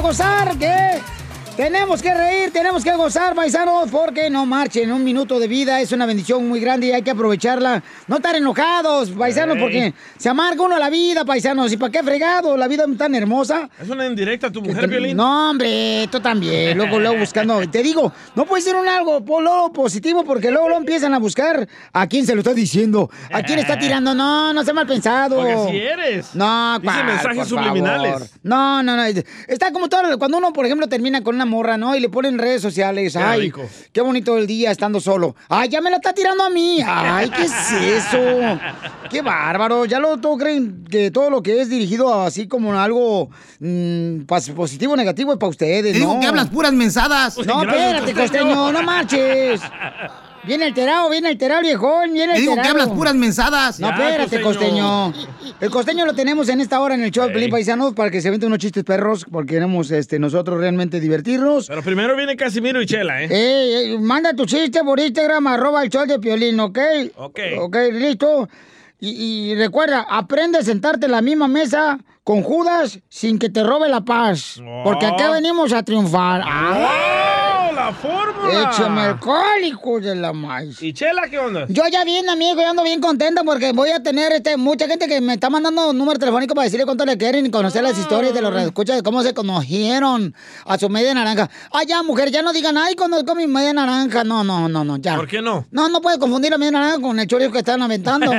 gozar, que tenemos que reír, tenemos que gozar, paisanos, porque no marchen. Un minuto de vida es una bendición muy grande y hay que aprovecharla. No estar enojados, paisanos, Ey. porque se amarga uno la vida, paisanos. ¿Y para qué fregado? La vida es tan hermosa. Es una indirecta a tu mujer, Violín. No, hombre, tú también. Luego, luego buscando. Te digo, no puede ser un algo po- luego positivo porque luego lo empiezan a buscar a quién se lo está diciendo, a quién está tirando. No, no sea mal pensado. Porque así eres. No, Dice cuál, mensajes por subliminales. favor. No, no, no. Está como todo. Cuando uno, por ejemplo, termina con una morra, ¿no? Y le ponen redes sociales. Qué Ay, rico. qué bonito el día estando solo. Ay, ya me lo está tirando a mí. Ay, ¿qué es eso? Qué bárbaro. Ya lo todo creen que todo lo que es dirigido así como algo mm, pas- positivo o negativo es para ustedes. Te digo Oh. ¿no? que hablas puras mensadas. Pues, No, espérate, costeño, no marches. Viene alterado, viene alterado, viejón, viene Te digo alterado. que hablas puras mensadas. No, Ya, espérate, costeño. costeño. El costeño lo tenemos en esta hora en el show de Pelín Paisanos para que se vente unos chistes perros, porque queremos este, nosotros realmente divertirnos. Pero primero viene Casimiro y Chela, ¿eh? Ey, ey, manda tu chiste por Instagram, arroba el show de Piolín, ¿ok? Ok. Ok, listo. Y, y recuerda, aprende a sentarte en la misma mesa con Judas sin que te robe la paz, porque acá venimos a triunfar. ¡Oh, la fórmula! Échame alcohólico de la maíz. ¿Y Chela qué onda? Yo ya bien, amigo, yo ando bien contento porque voy a tener este, mucha gente que me está mandando número telefónico para decirle cuánto le quieren y conocer las historias de los escuchas de cómo se conocieron a su media naranja. Ah, ya, mujer, ya no digan, ay, conozco a mi media naranja. No, no, no, no, ya. ¿Por qué no? No, no puedes confundir a media naranja con el chorizo que están aventando.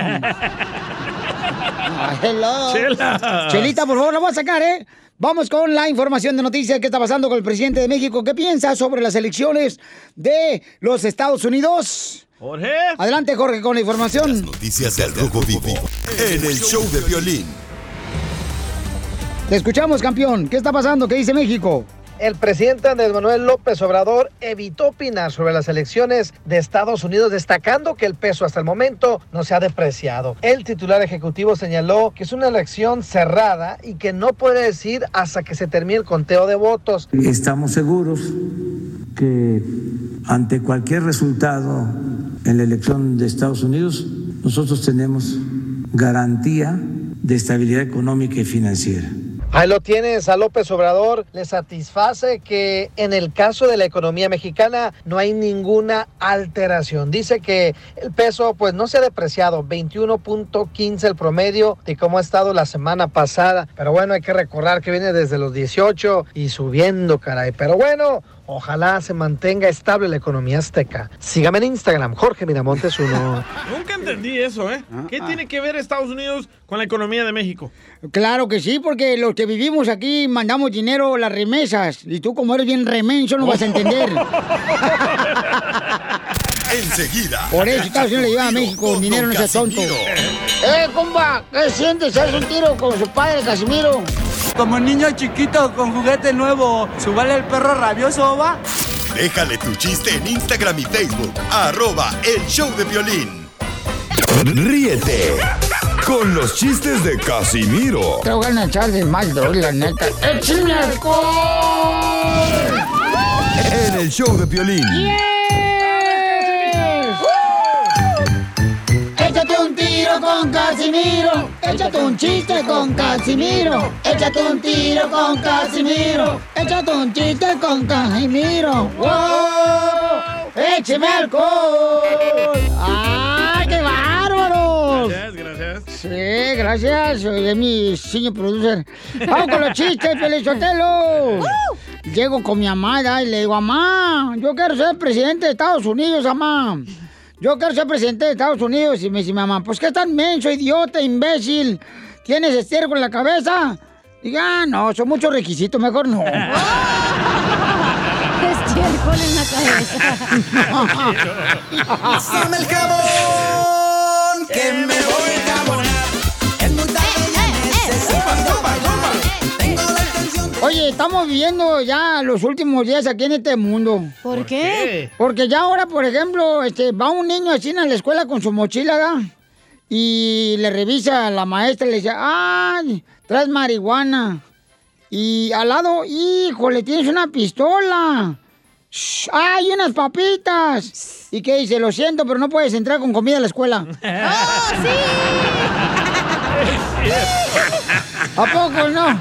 Ah, hello. Chela. Chelita, por favor, la voy a sacar, ¿eh? Vamos con la información de noticias que está pasando con el presidente de México. ¿Qué piensa sobre las elecciones de los Estados Unidos? Jorge. Adelante, Jorge, con la información. Noticias del Rojo Vivo. En el show de violín. Te escuchamos, campeón. ¿Qué está pasando? ¿Qué dice México? El presidente Andrés Manuel López Obrador evitó opinar sobre las elecciones de Estados Unidos, destacando que el peso hasta el momento no se ha depreciado. El titular ejecutivo señaló que es una elección cerrada y que no puede decir hasta que se termine el conteo de votos. Estamos seguros que ante cualquier resultado en la elección de Estados Unidos, nosotros tenemos garantía de estabilidad económica y financiera. Ahí lo tienes a López Obrador. Le satisface que en el caso de la economía mexicana no hay ninguna alteración. Dice que el peso pues no se ha depreciado, 21.15 el promedio de cómo ha estado la semana pasada. Pero bueno, hay que recordar que viene desde los 18 y subiendo, caray. Pero bueno, ojalá se mantenga estable la economía azteca. Sígame en Instagram, Jorge Miramontes 1. Nunca entendí eso, ¿eh? ¿Qué tiene que ver Estados Unidos con la economía de México? Claro que sí, porque los que vivimos aquí mandamos dinero, las remesas. Y tú, como eres bien remenso, no vas a entender. Enseguida. Por eso Estados Unidos le lleva a México Con dinero, Don no seas tonto. Casimiro. ¡Eh, compa! ¿Qué sientes? ¿Haz un tiro con su padre, Casimiro? Como niño chiquito con juguete nuevo, subale el perro rabioso, va. Déjale tu chiste en Instagram y Facebook. Arroba el show de violín. Ríete. Con los chistes de Casimiro. Tengo ganas de echarle más doble, la neta. ¡Échame alcohol! En el show de violín. ¡Yes! Échate un tiro con Casimiro, échate un chiste con Casimiro, échate un tiro con Casimiro, échate un chiste con Casimiro. ¡Wow! ¡Écheme alcohol! ¡Ay, qué bárbaros! Gracias, gracias. Sí, gracias, soy de mi señor producer. Vamos con los chistes, Felizotelo. Llego con mi amada y le digo, mamá, yo quiero ser presidente de Estados Unidos, mamá. Yo quiero ser presidente de Estados Unidos. Y me dice mi mamá, pues qué tan menso, idiota, imbécil. ¿Tienes estéreo en la cabeza? Diga, ah, no, son muchos requisitos, mejor no. Estiércol en la cabeza. Dame el jabón, que me voy a jabonar. Es muy tarde, ya necesito jabonar. Tengo la intención de... Oye, estamos viviendo ya los últimos días aquí en este mundo. ¿Por qué? Porque ya ahora, por ejemplo, este, va un niño así a la escuela con su mochila, ¿da? Y le revisa a la maestra y le dice, ¡ay! Traes marihuana. Y al lado, híjole, tienes una pistola. Shh, ¡Ay, unas papitas! ¿Y qué dice? Lo siento, pero no puedes entrar con comida a la escuela. ¡Oh, sí! ¿A poco no?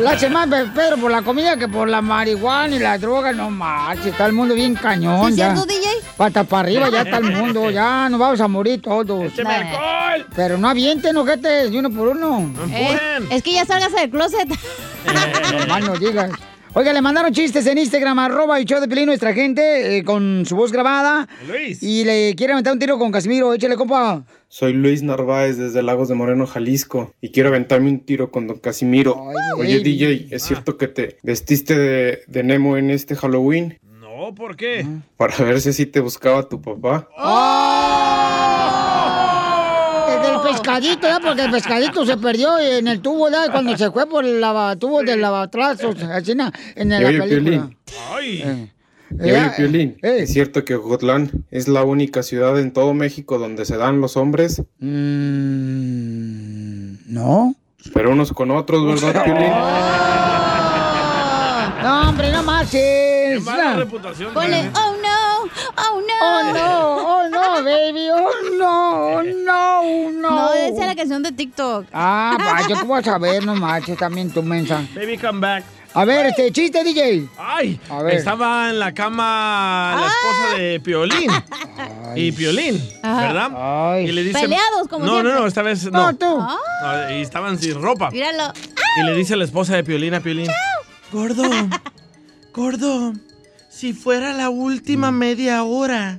La hace más pe- Pedro por la comida que por la marihuana y la droga. No marches, está el mundo bien cañón ¿Sí es ya. cierto, DJ? Pata para arriba ya está el mundo, ya nos vamos a morir todos. Écheme alcohol. Pero no avienten, ojetes, de uno por uno. Eh, es que ya salgas del closet. Nomás Eh, no digas. Oiga, le mandaron chistes en Instagram, arroba y show de Pelín, nuestra gente, eh, con su voz grabada. Luis. Y le quiere aventar un tiro con Casimiro, échale, compa. Soy Luis Narváez desde Lagos de Moreno, Jalisco, y quiero aventarme un tiro con Don Casimiro. Oye, baby. DJ, ¿es cierto que te vestiste de, de Nemo en este Halloween? No, ¿por qué? Para ver si así te buscaba tu papá. Desde Oh. el pescadito, ¿verdad? Porque el pescadito se perdió en el tubo, ¿verdad? Cuando se fue por el lava- tubo del lavatrasos, así, na- en y la oye, película. Eh. Piolín. Y oye, Ya, Piolín, ¿es cierto que Ocotlán es la única ciudad en todo México donde se dan los hombres? Mm, no. Pero unos con otros, ¿verdad, Piolín? No, hombre, no marches. Ponle, oh no, oh no. Oh no, oh no, baby, oh no, oh no, oh no. No, esa es la canción de TikTok. Ah, va, yo qué voy a saber, no marches, también tu mensa. Baby, come back. A ver, este chiste, DJ. Ay, A ver. estaba en la cama la esposa de Piolín. Y Piolín, Ajá. ¿verdad? Y le Peleados, como No, siempre. no, no, esta vez no. No, tú. Ah. No, y estaban sin ropa. Míralo. Y le dice la esposa de Piolín a Piolín. Gordo, gordo, si fuera la última media hora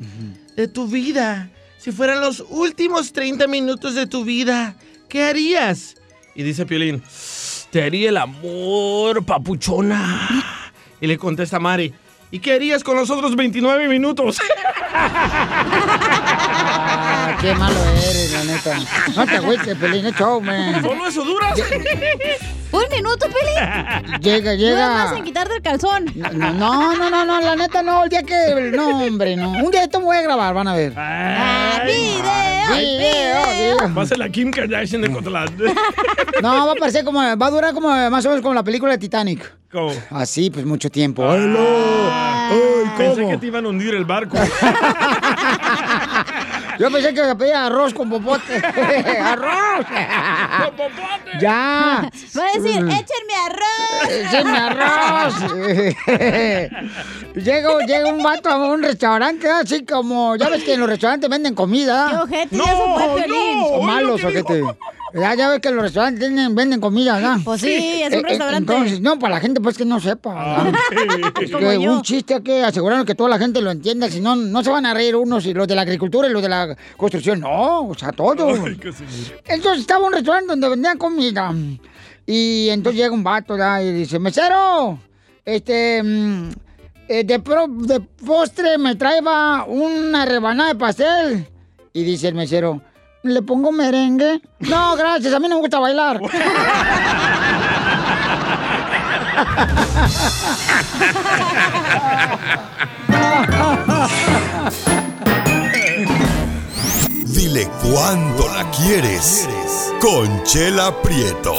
de tu vida, si fueran los últimos 30 minutos de tu vida, ¿qué harías? Y dice Piolín, te haría el amor, papuchona. Y le contesta Mari, ¿y qué harías con los otros 29 minutos? Ah, qué malo eres, la neta. No te agüites, Pelín, es show, man. ¿Solo eso duras? Un minuto, Pili. Llega, llega. Nada más en quitarte el calzón. No, no, no, no, no, la neta no, el día que... No, hombre, no. Un día esto me voy a grabar, van a ver. ¡Video! video. Va a ser la Kim Kardashian de Cotlán. No, va a parecer como... Va a durar como más o menos como la película de Titanic. ¿Cómo? Ah. Así, pues mucho tiempo. ¡Ay, no! Ay, Pensé ¿cómo? que te iban a hundir el barco. Yo pensé que pedía arroz con popote. ¡Arroz! ¡Con popote! ¡Ya! Mm. Va a decir, échenme arroz. ¡Échenme arroz! llega, llega un vato a un restaurante, ¿verdad? así como, ya ves que en los restaurantes venden comida. ojete, ya se fue el Piolín. Son oye, malos, lo que ojete. Ya, ya ves que en los restaurantes tienen- venden comida, ¿verdad? Pues sí, es un Eh, eh, restaurante. Entonces, no, para la gente pues que no sepa. ¿verdad? Como Que yo. un chiste hay que asegurarnos que toda la gente lo entienda, si no, no se van a reír unos y los de la agricultura y los de la construcción. No, o sea, todos. Entonces estaba un restaurante donde vendían comida. Y entonces llega un vato ¿da? y dice, mesero, este, mm, eh, de, pro- de postre me traeba una rebanada de pastel. Y dice el mesero, ¿le pongo merengue? No, gracias, a mí no me gusta bailar. Dile cuándo la quieres. Conchela Prieto.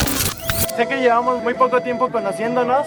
Sé que llevamos muy poco tiempo conociéndonos.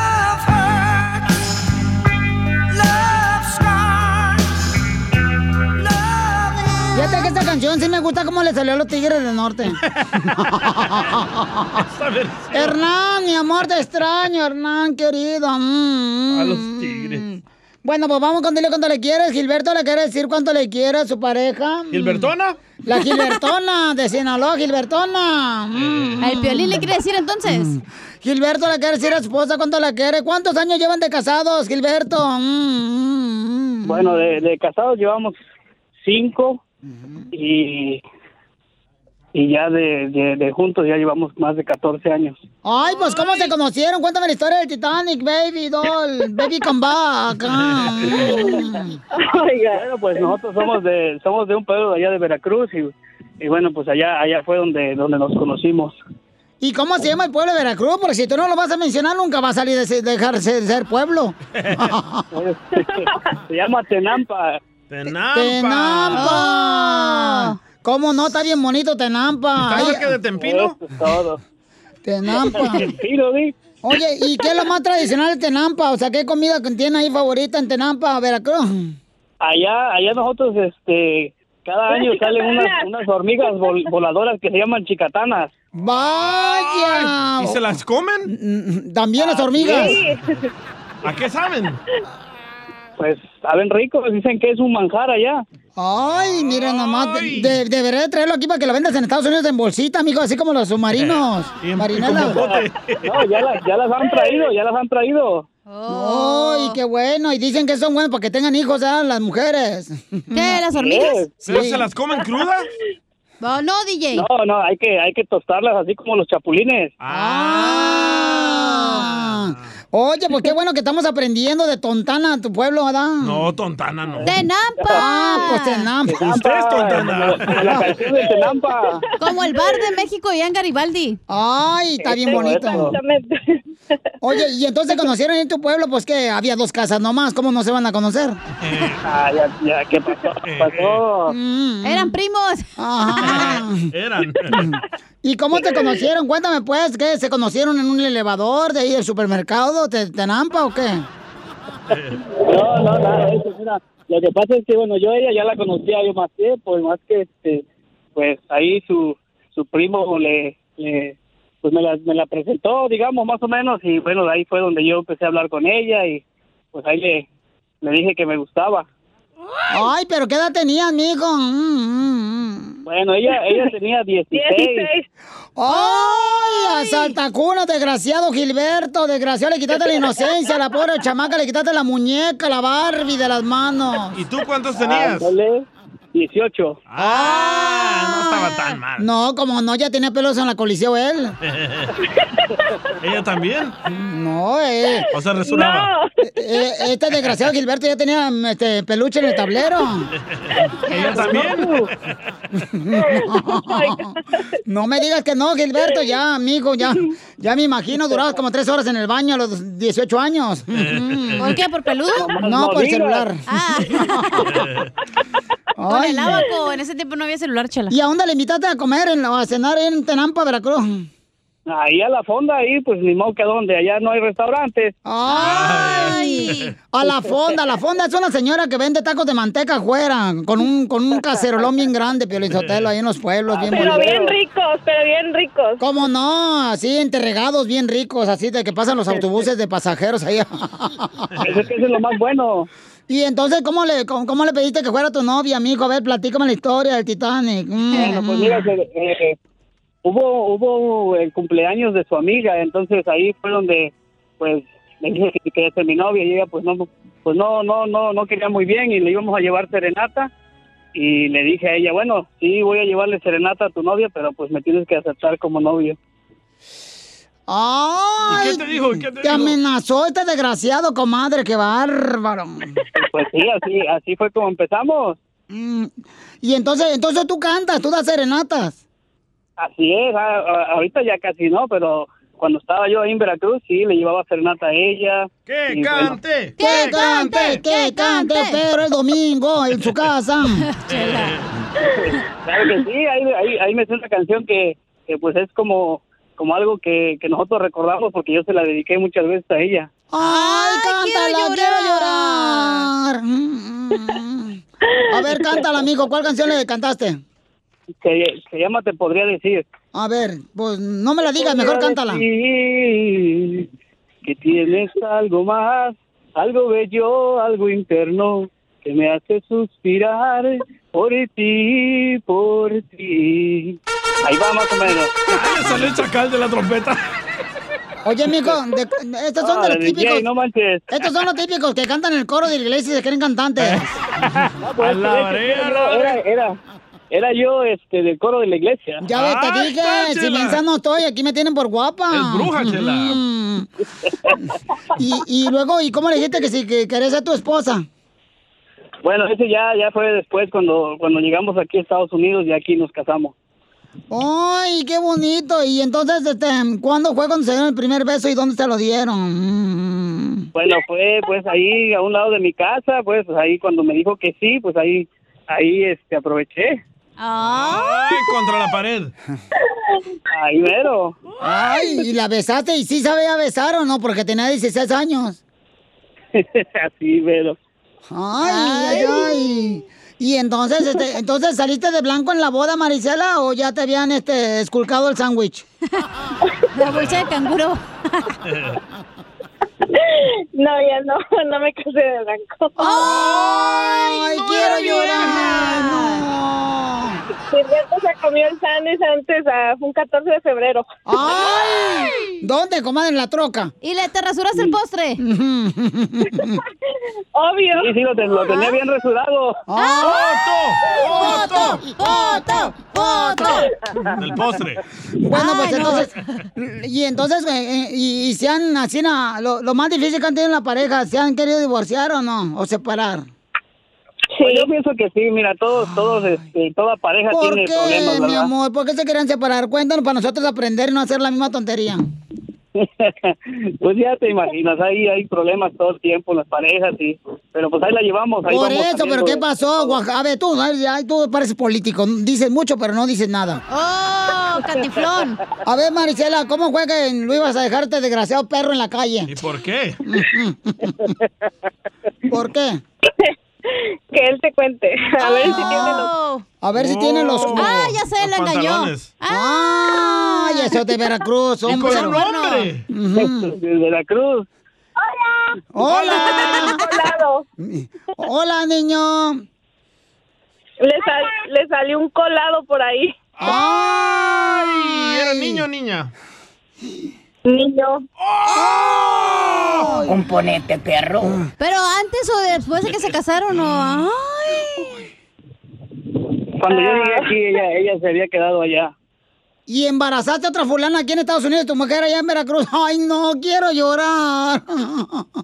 Fíjate que esta canción sí me gusta cómo le salió a los Tigres del Norte. Hernán, mi amor, te extraño, Hernán, querido. Mm, mm. A los tigres. Bueno, pues vamos con dile cuánto le quieres. Gilberto le quiere decir cuánto le quiere a su pareja. Mm. ¿Gilbertona? La Gilbertona, de Sinaloa, Gilbertona. Mm. ¿Al Piolín le quiere decir entonces? Gilberto le quiere decir a su esposa cuánto la quiere. ¿Cuántos años llevan de casados, Gilberto? Mm. Bueno, de, de casados llevamos cinco y, y ya de, de- de juntos ya llevamos más de 14 años. Ay, pues cómo se conocieron. Cuéntame la historia del Titanic, baby doll, baby come back. Ah, mm. Bueno, pues nosotros somos de somos de un pueblo de allá de Veracruz y, y bueno, pues allá allá fue donde donde nos conocimos. ¿Y cómo se llama el pueblo de Veracruz? Porque si tú no lo vas a mencionar, nunca va a salir de ese- dejarse de ser pueblo. Se llama Tenampa. Tenampa. ¡Tenampa! ¿Cómo Ah. no? Está bien bonito Tenampa. ¿Está Ahí- cerca de Tempino? Todo. Tenampa. El tiro, di. Oye, ¿y qué es lo más tradicional de Tenampa? O sea, ¿qué comida tiene ahí favorita en Tenampa, Veracruz? Allá, allá nosotros, este, cada Unas año salen unas, chicatanas. unas hormigas vol- voladoras que se llaman chicatanas. ¡Vaya! Ah, Ay, ¿y se oh. las comen? También las hormigas. ¿A qué saben? Pues saben rico, dicen que es un manjar allá. Ay, miren nomás, de- de- debería de traerlo aquí para que lo vendas en Estados Unidos en bolsita, amigo, así como los submarinos. Marinela. No, ya, las- ya las han traído, ya las han traído. Oh. Ay, qué bueno. Y dicen que son buenos para que tengan hijos, ¿ah? Las mujeres. ¿Qué? ¿Las hormigas? ¿Pero se las comen crudas? No, no, DJ. No, no, hay que, hay que tostarlas así como los chapulines. Ah. Oye, pues qué bueno que estamos aprendiendo de Tontana, tu pueblo, ¿verdad? No, tontana no. Tenampa. Ah, pues Tenampa. Usted es tontana. Como el bar de México y en Garibaldi. Ay, está bien bonito. Oye, y entonces conocieron en tu pueblo, pues que había dos casas nomás, ¿cómo no se van a conocer? Eh. Ah, ya, ya, ¿qué pasó? ¿Qué pasó? Mm. Eran primos. Ah. Eran. ¿Y cómo te conocieron? Cuéntame pues, ¿qué? ¿Se conocieron en un elevador de ahí del supermercado de Tenampa o qué? No, no, nada, de eso, mira, lo que pasa es que, bueno, yo a ella ya la conocía yo más tiempo, y más que, este, pues ahí su, su primo le, le- pues me la, me la presentó, digamos, más o menos, y bueno, de ahí fue donde yo empecé a hablar con ella, y pues ahí le, le dije que me gustaba. Ay, pero ¿qué edad tenían, mijo? Mm, Bueno, ella, ella tenía 16. ¡Ay, asaltacuno, desgraciado Gilberto! Desgraciado, le quitaste la inocencia a la pobre chamaca, le quitaste la muñeca, la Barbie de las manos. ¿Y tú cuántos tenías? Ándale, 18. Ah, no estaba tan mal. No, como no, ya tenía pelos en la coliseo él. ¿Ella también? No, eh. O sea, resuraba. Eh, eh, este desgraciado Gilberto ya tenía mm, este, peluche en el tablero. ¿Ella también? No me digas que no, Gilberto, ya, amigo, ya. Ya me imagino, durabas como tres horas en el baño a los 18 años. Mm, ¿Por qué? ¿Por peludo? Ah. No, por el celular. Con Ay, el abaco. En ese tiempo no había celular, chela. ¿Y a dónde le invitaste a comer en- o a cenar en Tenampa, Veracruz? Ahí a la fonda, ahí, pues ni modo que a donde, allá no hay restaurantes. Pues, ¡Ay! A la fonda, la fonda es una señora que vende tacos de manteca afuera, con un, con un cacerolón bien grande, Piolizotelo, ahí en los pueblos, bien Pero bonito. bien ricos, pero bien ricos. ¿Cómo no? Así enterregados, bien ricos, así de que pasan los autobuses de pasajeros ahí. Eso es que eso es lo más bueno. Y entonces, ¿cómo le, cómo, cómo le pediste que fuera tu novia, amigo? A ver, platícame la historia del Titanic. Mm, Bueno, pues mm. mira, se- eh, hubo, hubo el cumpleaños de su amiga, entonces ahí fue donde, pues, le dije que quería ser mi novia y ella, pues, no, pues no, no, no, no quería muy bien y le íbamos a llevar serenata y le dije a ella, bueno, sí, voy a llevarle serenata a tu novia, pero pues me tienes que aceptar como novio. ¿Y ¡Ay! qué te dijo? ¿Y qué te dijo? amenazó este desgraciado, comadre, qué bárbaro. Pues sí, así, así fue como empezamos. Mm, Y entonces, entonces tú cantas, tú das serenatas. Así es, a- a- ahorita ya casi no, pero cuando estaba yo ahí en Veracruz, sí, le llevaba serenata a ella. ¡Que Y bueno, cante! Que cante, que cante, pero el domingo en su casa. Claro que sí, ahí, ahí, ahí me hizo una canción que, que pues es como, como algo que, que nosotros recordamos porque yo se la dediqué muchas veces a ella. ¡Ay, cántala, quiero llorar! Mm, mm. A ver, cántala, amigo, ¿cuál canción le cantaste? Se, se llama Te Podría Decir. A ver, pues no me la digas, mejor Podría cántala. decir Que tienes algo más, algo bello, algo interno que me hace suspirar por ti, por ti. Ahí va más o menos. ¡Ah, salió el chacal de la trompeta! Oye, mijo, de- estos son Ah, de los de típicos. DJ, no manches. Estos son los típicos que cantan el coro de la iglesia y se creen cantantes. Pues, era, era, era, era yo este del coro de la iglesia. Ya ves, Ah, te dije, si mensa no estoy, aquí me tienen por guapa. Ah, Es bruja, Chela. Mm. y, y luego, ¿y cómo le dijiste que si que querés ser tu esposa? Bueno, ese ya ya fue después cuando cuando llegamos aquí a Estados Unidos y aquí nos casamos. ¡Ay, qué bonito! Y entonces, este, ¿cuándo fue cuando se dieron el primer beso y dónde se lo dieron? Mm. Bueno, fue pues ahí a un lado de mi casa, pues ahí cuando me dijo que sí, pues ahí ahí este aproveché. Ah. ¡Ay, contra la pared! Ay, mero. Ay, y la besaste y sí sabía besar o no, porque tenía 16 años. Así, pero. Ay, ay, ay. Y entonces, este, entonces saliste de blanco en la boda, Marisela, o ya te habían este esculcado el sándwich. La bolsa de canguro. No, ya no, no me casé de blanco. ¡Ay, quiero llorar! ¡No! Gilberto se comió el sándwich antes, ah, fue un 14 de febrero. ¡Ay! ¿Dónde, comadre? En la troca. ¿Y le te rasuras el postre? Obvio. Sí, sí, lo, te- lo tenía bien rasurado. ¡Ah! ¡Foto! Pues, ¡Foto! ¡Foto! Del postre. Bueno, pues Ay, no. entonces. Y entonces, eh, eh, y, y se han, así, na- lo, lo más difícil que han tenido en la pareja, ¿se han querido divorciar o no? ¿O separar? Pues yo pienso que sí, mira, todos, todos, este, toda pareja ¿Por tiene problemas, qué, ¿verdad? mi amor? ¿Por qué se querían separar? Cuéntanos para nosotros aprender y no hacer la misma tontería. pues ya te imaginas, ahí hay problemas todo el tiempo en las parejas, sí. Pero pues ahí la llevamos, ahí Por vamos eso, pero saliendo ¿qué de- pasó? Oaxaca? A ver, tú, ay, ay, tú pareces político. Dices mucho, pero no dices nada. ¡Oh, cantiflón! A ver, Marisela, ¿cómo fue que lo ibas a dejarte desgraciado perro en la calle? ¿Y por qué? ¿Por qué? Que él te cuente. A ver si tiene los. A ver si tiene los... Ah, ya sé, lo lo engañó. pantalones. ¡Ay, eso Ah, de Veracruz! Y con hombre. el nombre. de Veracruz. ¡Hola! ¡Hola, niño! Le, sal- le salió un colado por ahí. ¡Ay! ¿Era niño o niña? Niño. Componente, perro. Pero antes o después de que se casaron o... ah? ¡Ay! Cuando yo llegué aquí, ella, ella se había quedado allá. Y embarazaste a otra fulana aquí en Estados Unidos, tu mujer allá en Veracruz. Ay, no, quiero llorar.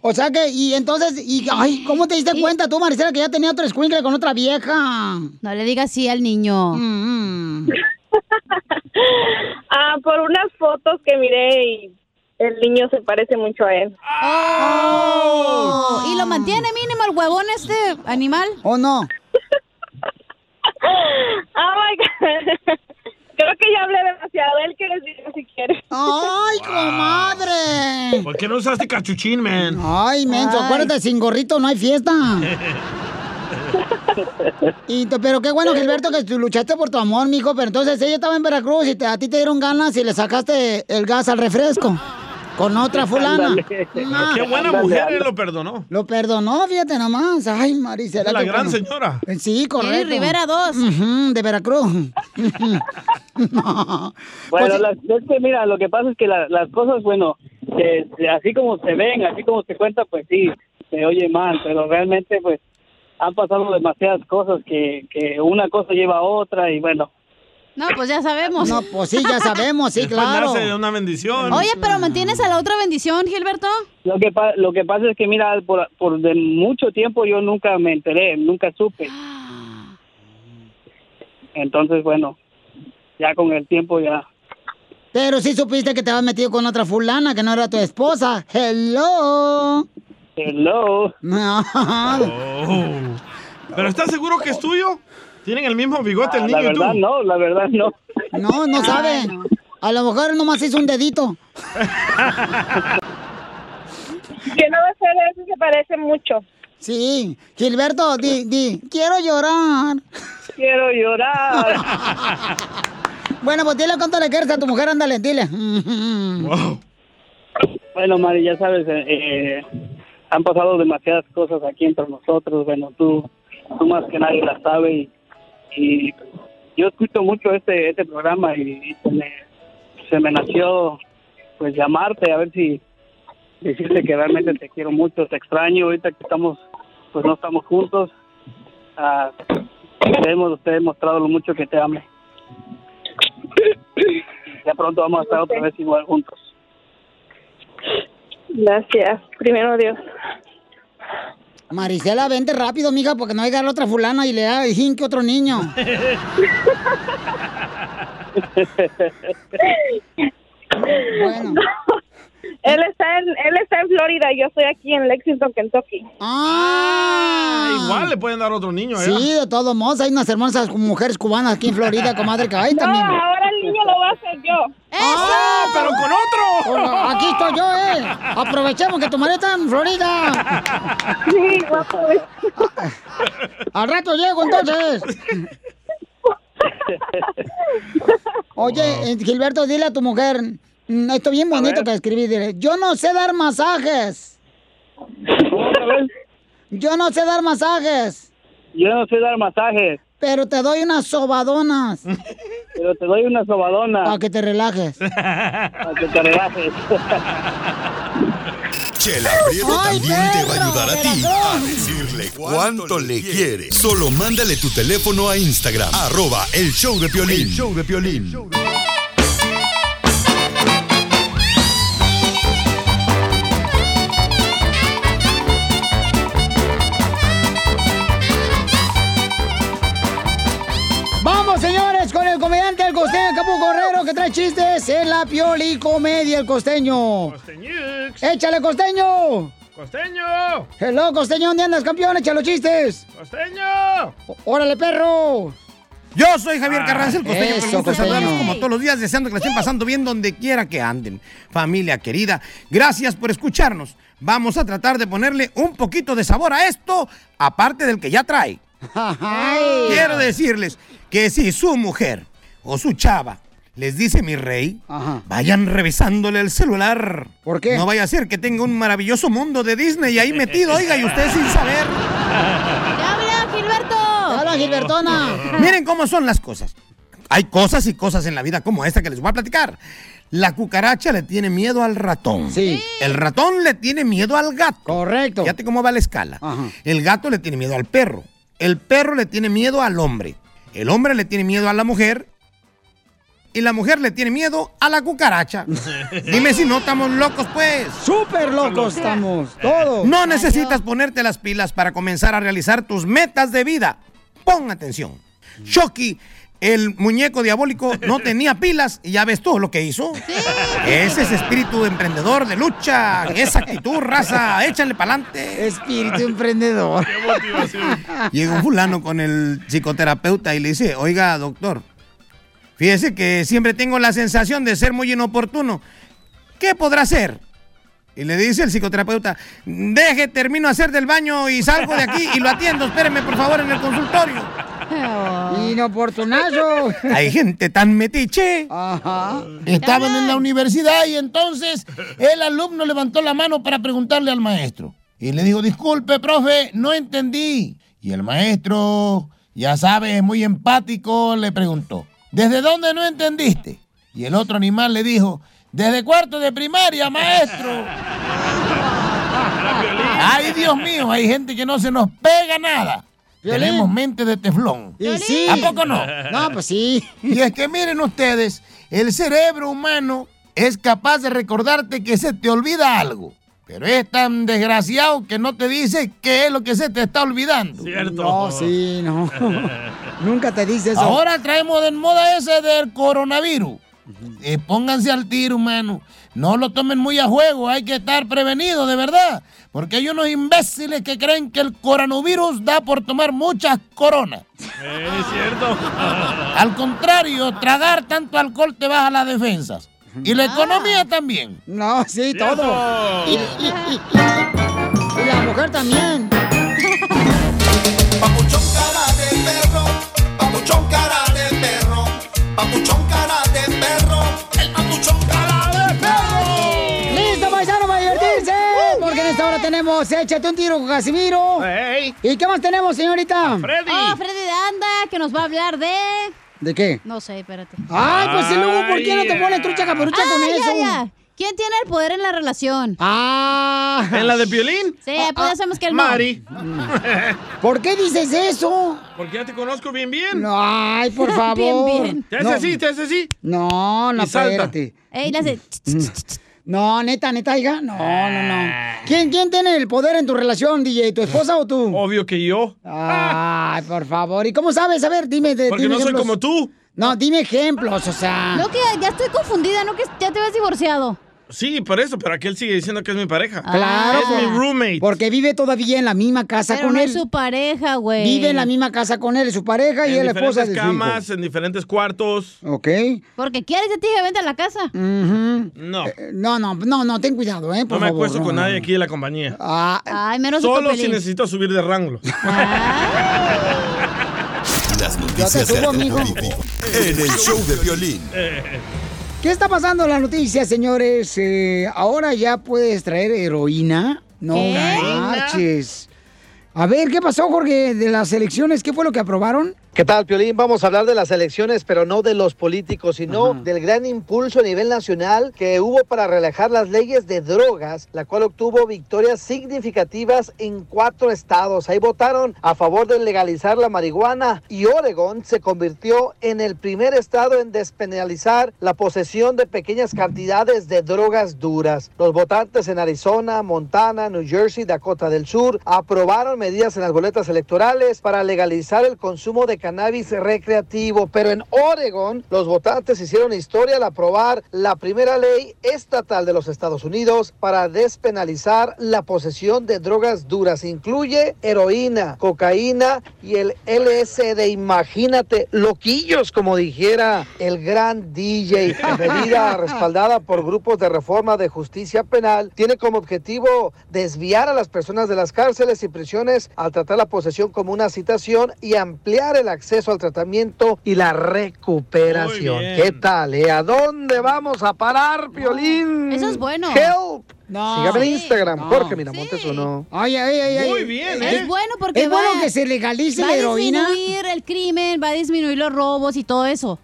O sea que, y entonces, y, ay, ¿cómo te diste cuenta tú, Maricela, que ya tenía otro escuincle con otra vieja? No le digas sí al niño. Ah, por unas fotos que miré y el niño se parece mucho a él. Oh, Ah. ¿Y lo mantiene mínimo el huevón este animal? ¿O no? Oh my God. Creo que ya hablé demasiado. Él que les diga si quiere. ¡Ay, comadre! ¿Por qué no usaste cachuchín, man? Ay, menso, Ay. acuérdate, sin gorrito no hay fiesta. Y te- pero qué bueno, Gilberto, que tú luchaste por tu amor, mijo. Pero entonces ella estaba en Veracruz y te- a ti te dieron ganas y le sacaste el gas al refresco con otra fulana. Ándale. Ah. qué buena mujer, él lo perdonó. Lo perdonó, fíjate nomás. Ay, Marisela. Es la qué gran bueno. señora. Eh, Sí, correcto. Rivera 2. de Veracruz. Pues Bueno, las- es que mira, lo que pasa es que la- las cosas, bueno, eh, así como se ven, así como se cuenta, pues sí, se oye mal, pero realmente, pues, han pasado demasiadas cosas que, que una cosa lleva a otra y bueno. No, pues ya sabemos. No, pues sí, ya sabemos, sí, Después nace de una bendición. Oye, pero mantienes a la otra bendición, Gilberto. Lo que, pa- lo que pasa es que, mira, por, por de mucho tiempo yo nunca me enteré, nunca supe. Entonces, bueno, ya con el tiempo ya. Pero sí supiste que te habías metido con otra fulana que no era tu esposa. Hello. Hello. Oh. ¿Pero estás seguro que es tuyo? ¿Tienen el mismo bigote el niño Ah, la y tú? verdad no, la verdad no. No, Ah, no sabe. A lo mejor nomás hizo un dedito. Que no va a ser eso, se parece mucho. Sí. Gilberto, di, di, quiero llorar. Quiero llorar. bueno, pues dile cuánto le quieres a tu mujer, ándale, dile. Bueno, Mari, ya sabes, eh, eh, han pasado demasiadas cosas aquí entre nosotros. Bueno, tú, tú más que nadie las sabe y, y yo escucho mucho este este programa y, se, me, se me nació pues llamarte a ver si decirte que realmente te quiero mucho, te extraño. Ahorita que estamos, pues no estamos juntos. Ah, te, hemos, te he mostrado lo mucho que te amo. Ya pronto vamos a estar otra vez igual juntos. Gracias. Primero Dios. Marisela, vente rápido, mija, porque no llega la otra fulana y le da el jinque a otro niño. bueno. Él está en, él está en Florida, yo estoy aquí en Lexington, Kentucky. Ah, Igual le pueden dar otro niño, ¿eh? Sí, de todos modos, hay unas hermosas mujeres cubanas aquí en Florida, comadre, que hay también. No, ahora el niño lo voy a hacer yo. ¡Ah, pero con otro! aquí estoy yo, ¿eh? Aprovechemos que tu marido está en Florida. Sí, guapo. eh. Al rato llego, entonces. Oye, eh, Gilberto, dile a tu mujer, mm, esto bien bonito que escribí, dile, yo no sé dar masajes. Yo no sé dar masajes, Yo no sé dar masajes, pero te doy unas sobadonas pero te doy una sobadona para que te relajes. para que te relajes. Chela Prieto ¡Ay, también te va a perro, ayudar a ti a decirle cuánto le quiere. Solo mándale tu teléfono a Instagram, arroba el show de Piolín. show de Piolín. Vamos, señores, con el comediante El Costeño, Capu Correro, que trae chistes en la Pioli Comedia, El Costeño. ¡Échale, Costeño! ¡Costeño! Hello, Costeño, ¿dónde andas, campeón? Echa los chistes. ¡Costeño! O- ¡Órale, perro! Yo soy Ah, Javier Carranza, el costeño. Eso, que me gusta costeño. saludarlos como todos los días, deseando que la estén pasando bien donde quiera que anden. Familia querida, gracias por escucharnos. Vamos a tratar de ponerle un poquito de sabor a esto, aparte del que ya trae. Quiero decirles que si su mujer o su chava les dice mi rey, vayan revisándole el celular. ¿Por qué? No vaya a ser que tenga un maravilloso mundo de Disney ahí metido, oiga, y usted sin saber. ¡Habla, Gilberto! ¡Habla, Gilbertona! Miren cómo son las cosas. Hay cosas y cosas en la vida como esta que les voy a platicar. La cucaracha le tiene miedo al ratón. Sí. El ratón le tiene miedo al gato. Correcto. Fíjate cómo va la escala. El gato le tiene miedo al perro. El perro le tiene miedo al hombre. El hombre le tiene miedo a la mujer. Y la mujer le tiene miedo a la cucaracha. Dime si no estamos locos, pues. Súper locos estamos, todos. No necesitas ponerte las pilas para comenzar a realizar tus metas de vida. Pon atención. Chucky, el muñeco diabólico, no tenía pilas y ya ves todo lo que hizo. Ese es espíritu emprendedor de lucha, esa actitud, raza, échale pa'lante. Espíritu emprendedor. Llega un fulano con el psicoterapeuta y le dice, oiga, doctor, fíjese que siempre tengo la sensación de ser muy inoportuno. ¿Qué podrá ser? Y le dice el psicoterapeuta, deje, termino a hacer del baño y salgo de aquí y lo atiendo, espéreme por favor en el consultorio. Inoportunazo. Hay gente tan metiche. Estaban en la universidad y entonces el alumno levantó la mano para preguntarle al maestro. Y le dijo, disculpe, profe, no entendí. Y el maestro, ya sabes, muy empático, le preguntó, ¿desde dónde no entendiste? Y el otro animal le dijo, desde cuarto de primaria, maestro. Ay, Dios mío, hay gente que no se nos pega nada. Violín. Tenemos mente de teflón. sí. ¿A poco no? No, pues sí. Y es que miren ustedes, el cerebro humano es capaz de recordarte que se te olvida algo. Pero es tan desgraciado que no te dice qué es lo que se te está olvidando. Cierto. Oh. No, Oh, sí, no. Nunca te dice eso. Ahora traemos de moda ese del coronavirus. Eh, pónganse al tiro, humano. No lo tomen muy a juego, hay que estar prevenidos, de verdad. Porque hay unos imbéciles que creen que el coronavirus da por tomar muchas coronas. Eh, es cierto. Al contrario, tragar tanto alcohol te baja las defensas. Y la economía también. Ah. No, sí, todo. Y, y- y- y la mujer también. Papuchón cara de perro, papuchón cara de perro, el papuchón cara de perro. ¡Listo, paisano, para divertirse! Porque en esta hora tenemos Échate un tiro con Casimiro. ¿Y qué más tenemos, señorita? Oh, Freddy de Anda, que nos va a hablar de... ¿De qué? No sé, espérate. Ay, pues y luego, ¿por qué no te pones trucha caperucha con Ay, Ah, ya, eso? ya. ¿Quién tiene el poder en la relación? ¡Ah! ¿En la de violín? Sí, pues ya sabemos que él no. Mari. ¿Por qué dices eso? Porque ya te conozco bien, bien. No, ay, por favor. Bien, bien. Te hace así, te hace así. No, no, Y salta. espérate. Mm. Ey, le hace... No, neta, neta, hija. No, no, no. Ah. ¿Quién, ¿Quién tiene el poder en tu relación, DJ? ¿Tu esposa o tú? Obvio que yo. Ay, por favor. ¿Y cómo sabes? A ver, dime. de- Porque dime no soy ejemplos. como tú. No, dime ejemplos, o sea. No, que ya estoy confundida, no que ya te habías divorciado. Sí, por eso, pero aquel sigue diciendo que es mi pareja. Ah. Claro. Es mi roommate. Porque vive todavía en la misma casa Pero con no él. es su pareja, güey. Vive en la misma casa con él, su pareja y en es la esposa diferentes de su camas, en diferentes cuartos. hijo. Ok. Porque quieres que te dije, vente a la casa. No. Eh, No, no, no, no, ten cuidado, ¿eh? No Por me favor, acuesto no, con no. nadie aquí de la compañía. Ah, Ay, Solo si necesito subir de rango. Las noticias de subo, Arturo mijo. Vivi en el show de violín. ¿Qué está pasando en las noticias, señores? Eh, ahora ya puedes traer heroína. No ¿Qué? marches. A ver, ¿qué pasó, Jorge, de las elecciones? ¿Qué fue lo que aprobaron? ¿Qué tal, Piolín? Vamos a hablar de las elecciones, pero no de los políticos, sino del gran impulso a nivel nacional que hubo para relajar las leyes de drogas, la cual obtuvo victorias significativas en cuatro estados. Ahí votaron a favor de legalizar la marihuana y Oregón se convirtió en el primer estado en despenalizar la posesión de pequeñas cantidades de drogas duras. Los votantes en Arizona, Montana, New Jersey, Dakota del Sur aprobaron medidas en las boletas electorales para legalizar el consumo de cannabis recreativo, pero en Oregon los votantes hicieron historia al aprobar la primera ley estatal de los Estados Unidos para despenalizar la posesión de drogas duras. Incluye heroína, cocaína y el LSD. Imagínate, loquillos, como dijera el gran DJ. Medida respaldada por grupos de reforma de justicia penal, tiene como objetivo desviar a las personas de las cárceles y prisiones al tratar la posesión como una citación y ampliar el acceso al tratamiento y la recuperación. Muy bien. ¿Qué tal? eh? ¿A dónde vamos a parar, Piolín? Eso es bueno. Help. No. Ah. Sígame en Sí. Instagram, No. Jorge Miramontes uno. Ay, ay, ay, ay. Muy bien, Eh, Es bueno porque Es va- bueno que se legalice va la heroína. a disminuir el crimen, va a disminuir los robos y todo eso.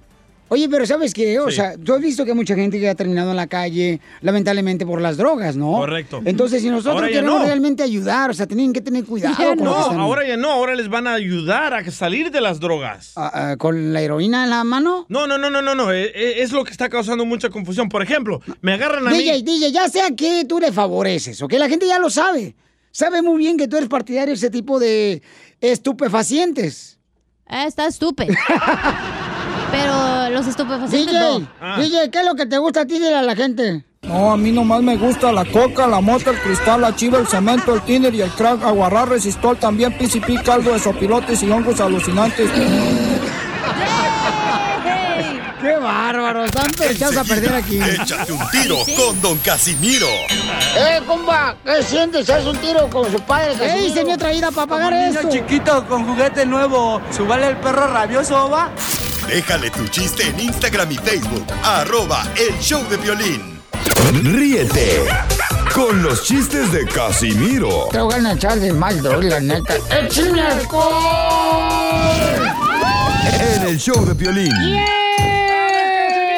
Oye, pero ¿sabes qué? O sea, yo he visto que mucha gente ya ha terminado en la calle, lamentablemente por las drogas, ¿no? Correcto. Entonces, si nosotros Ahora ya queremos no. realmente ayudar, o sea, tienen que tener cuidado con lo no, que están- ahora ya no, ahora les van a ayudar a que salir de las drogas. ah, ah, ¿Con la heroína en la mano? No, no, no, no, no, no. eh, eh, Es lo que está causando mucha confusión. Por ejemplo, me agarran a mí. DJ, DJ, ya sea que tú le favoreces, ¿ok? La gente ya lo sabe. Sabe muy bien que tú eres partidario de ese tipo de estupefacientes. Ah, está estúpido. Pero los estupefacientes DJ, no. DJ, ¿qué es lo que te gusta a ti de la gente? No, a mí nomás me gusta la coca, la mota, el cristal, la chiva, el cemento, el tiner y el crack, aguarrar, resistol, también PCP, caldo de sopilotes y hongos alucinantes. ¡Qué bárbaro! Están echados a perder aquí. Échate un tiro con Don Casimiro. ¡Eh, comba! ¿Qué sientes? ¿Haz un tiro con su padre? ¿Qué hice mi otra ida para pagar esto? chiquito con juguete nuevo, subale el perro rabioso, va. Déjale tu chiste en Instagram y Facebook. Arroba el show de violín. Ríete con los chistes de Casimiro Te voy a echar de mal, doy, la neta. ¡Échame alcohol! en el show de violín.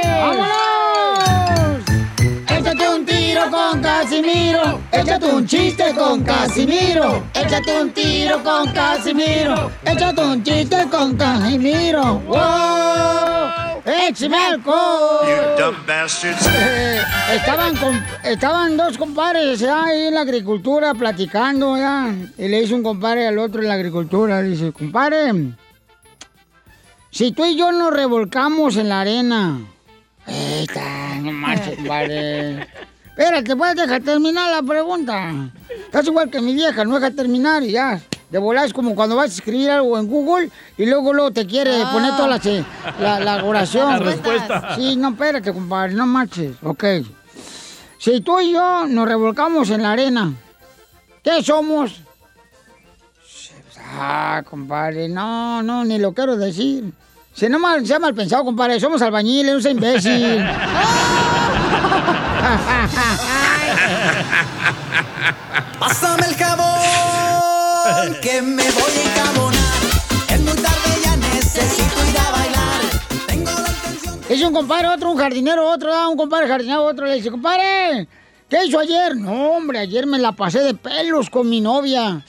¡Vámonos! Échate un tiro con Casimiro. Échate un chiste con Casimiro. Échate un tiro con Casimiro. Échate un chiste con Casimiro. ¡Wow! ¡Échame alcohol! Eh, estaban, con- estaban dos compadres ya ahí en la agricultura platicando ya. Y le dice un compadre al otro en la agricultura, le dice, compadre, si tú y yo nos revolcamos en la arena. Eita, no marches, compadre. Espérate, puedes dejar terminar la pregunta. Estás igual que mi vieja, no deja terminar y ya. De volar es como cuando vas a escribir algo en Google y luego luego te quiere Ah. poner toda la, eh, la, la oración. La respuesta. Sí, no, espérate, compadre, no marches. Ok. Si tú y yo nos revolcamos en la arena, ¿qué somos? Ah, compadre, no, no, ni lo quiero decir. Se no mal, sea mal pensado, compadre, somos albañiles, no sea imbécil. Pásame el jabón, que me voy a encabonar. Es muy tarde, ya necesito ir a bailar. Es un compadre, otro, un jardinero, otro, ah, un compadre jardinero, otro, le dice, compadre, ¿qué hizo ayer? No, hombre, ayer me la pasé de pelos con mi novia.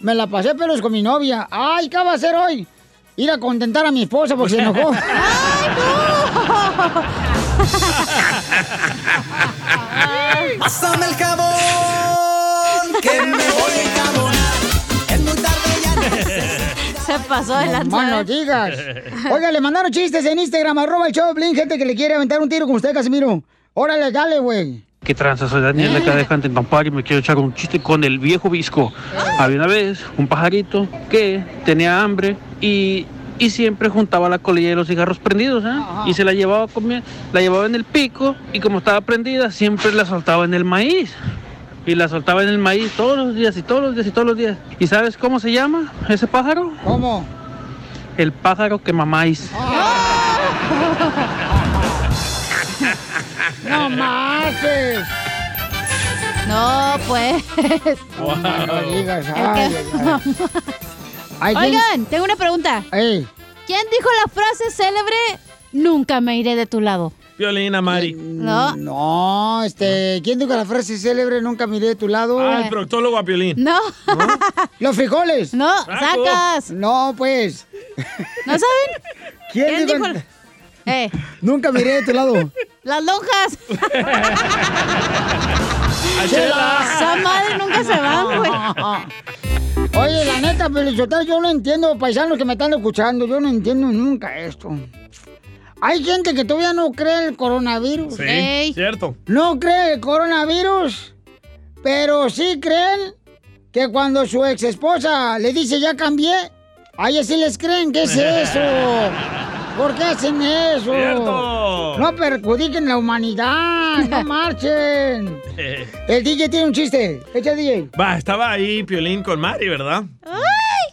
Me la pasé de pelos con mi novia. Ay, ¿qué va a hacer hoy? Ir a contentar a mi esposa porque se enojó. Pásame el jabón, que me voy a encabonar. Es muy tarde, ya necesito. Se pasó ¿eh? No adelante. más no digas. Oiga, le mandaron chistes en Instagram, arroba el show, de Piolín, gente que le quiere aventar un tiro con usted, Casimiro. Órale, dale, güey. ¿Qué tranza? Soy Daniel acá de Huntington Pampar y me quiero echar un chiste con el viejo visco. Había una vez un pajarito que tenía hambre y, y siempre juntaba la colilla de los cigarros prendidos ¿eh? y se la llevaba a comer, la llevaba en el pico y como estaba prendida siempre la soltaba en el maíz. Y la soltaba en el maíz todos los días y todos los días y todos los días. ¿Y sabes cómo se llama ese pájaro? ¿Cómo? El pájaro que mamáis. ¡No marches! No, pues. No, no digas, El ay, que- ay, ay. Ay, ¿quién- Oigan, tengo una pregunta. ¿Quién dijo la frase célebre? Nunca me iré de tu lado. Violina, Mari. No. No, este, ¿quién dijo la frase célebre? Nunca miré de tu lado. eh. Ah, el proctólogo a Piolín. No. ¿Los frijoles? No, Bravo. sacas. No, pues. ¿No saben? ¿Quién, ¿Quién dijo? dijo Eh, Nunca miré de tu lado. las lonjas. Chela. Esa madre nunca se va, güey. Oye, la neta, Pelichotel, yo no entiendo, paisanos que me están escuchando, yo no entiendo nunca esto. Hay gente que todavía no cree el coronavirus. Sí, cierto. No cree el coronavirus, pero sí creen que cuando su ex esposa le dice ya cambié, a ellas sí les creen, ¿qué es eso? ¿Por qué hacen eso? Cierto. No perjudiquen la humanidad, no marchen. Eh. El DJ tiene un chiste, echa DJ. Va, estaba ahí Piolín con Mari, ¿verdad?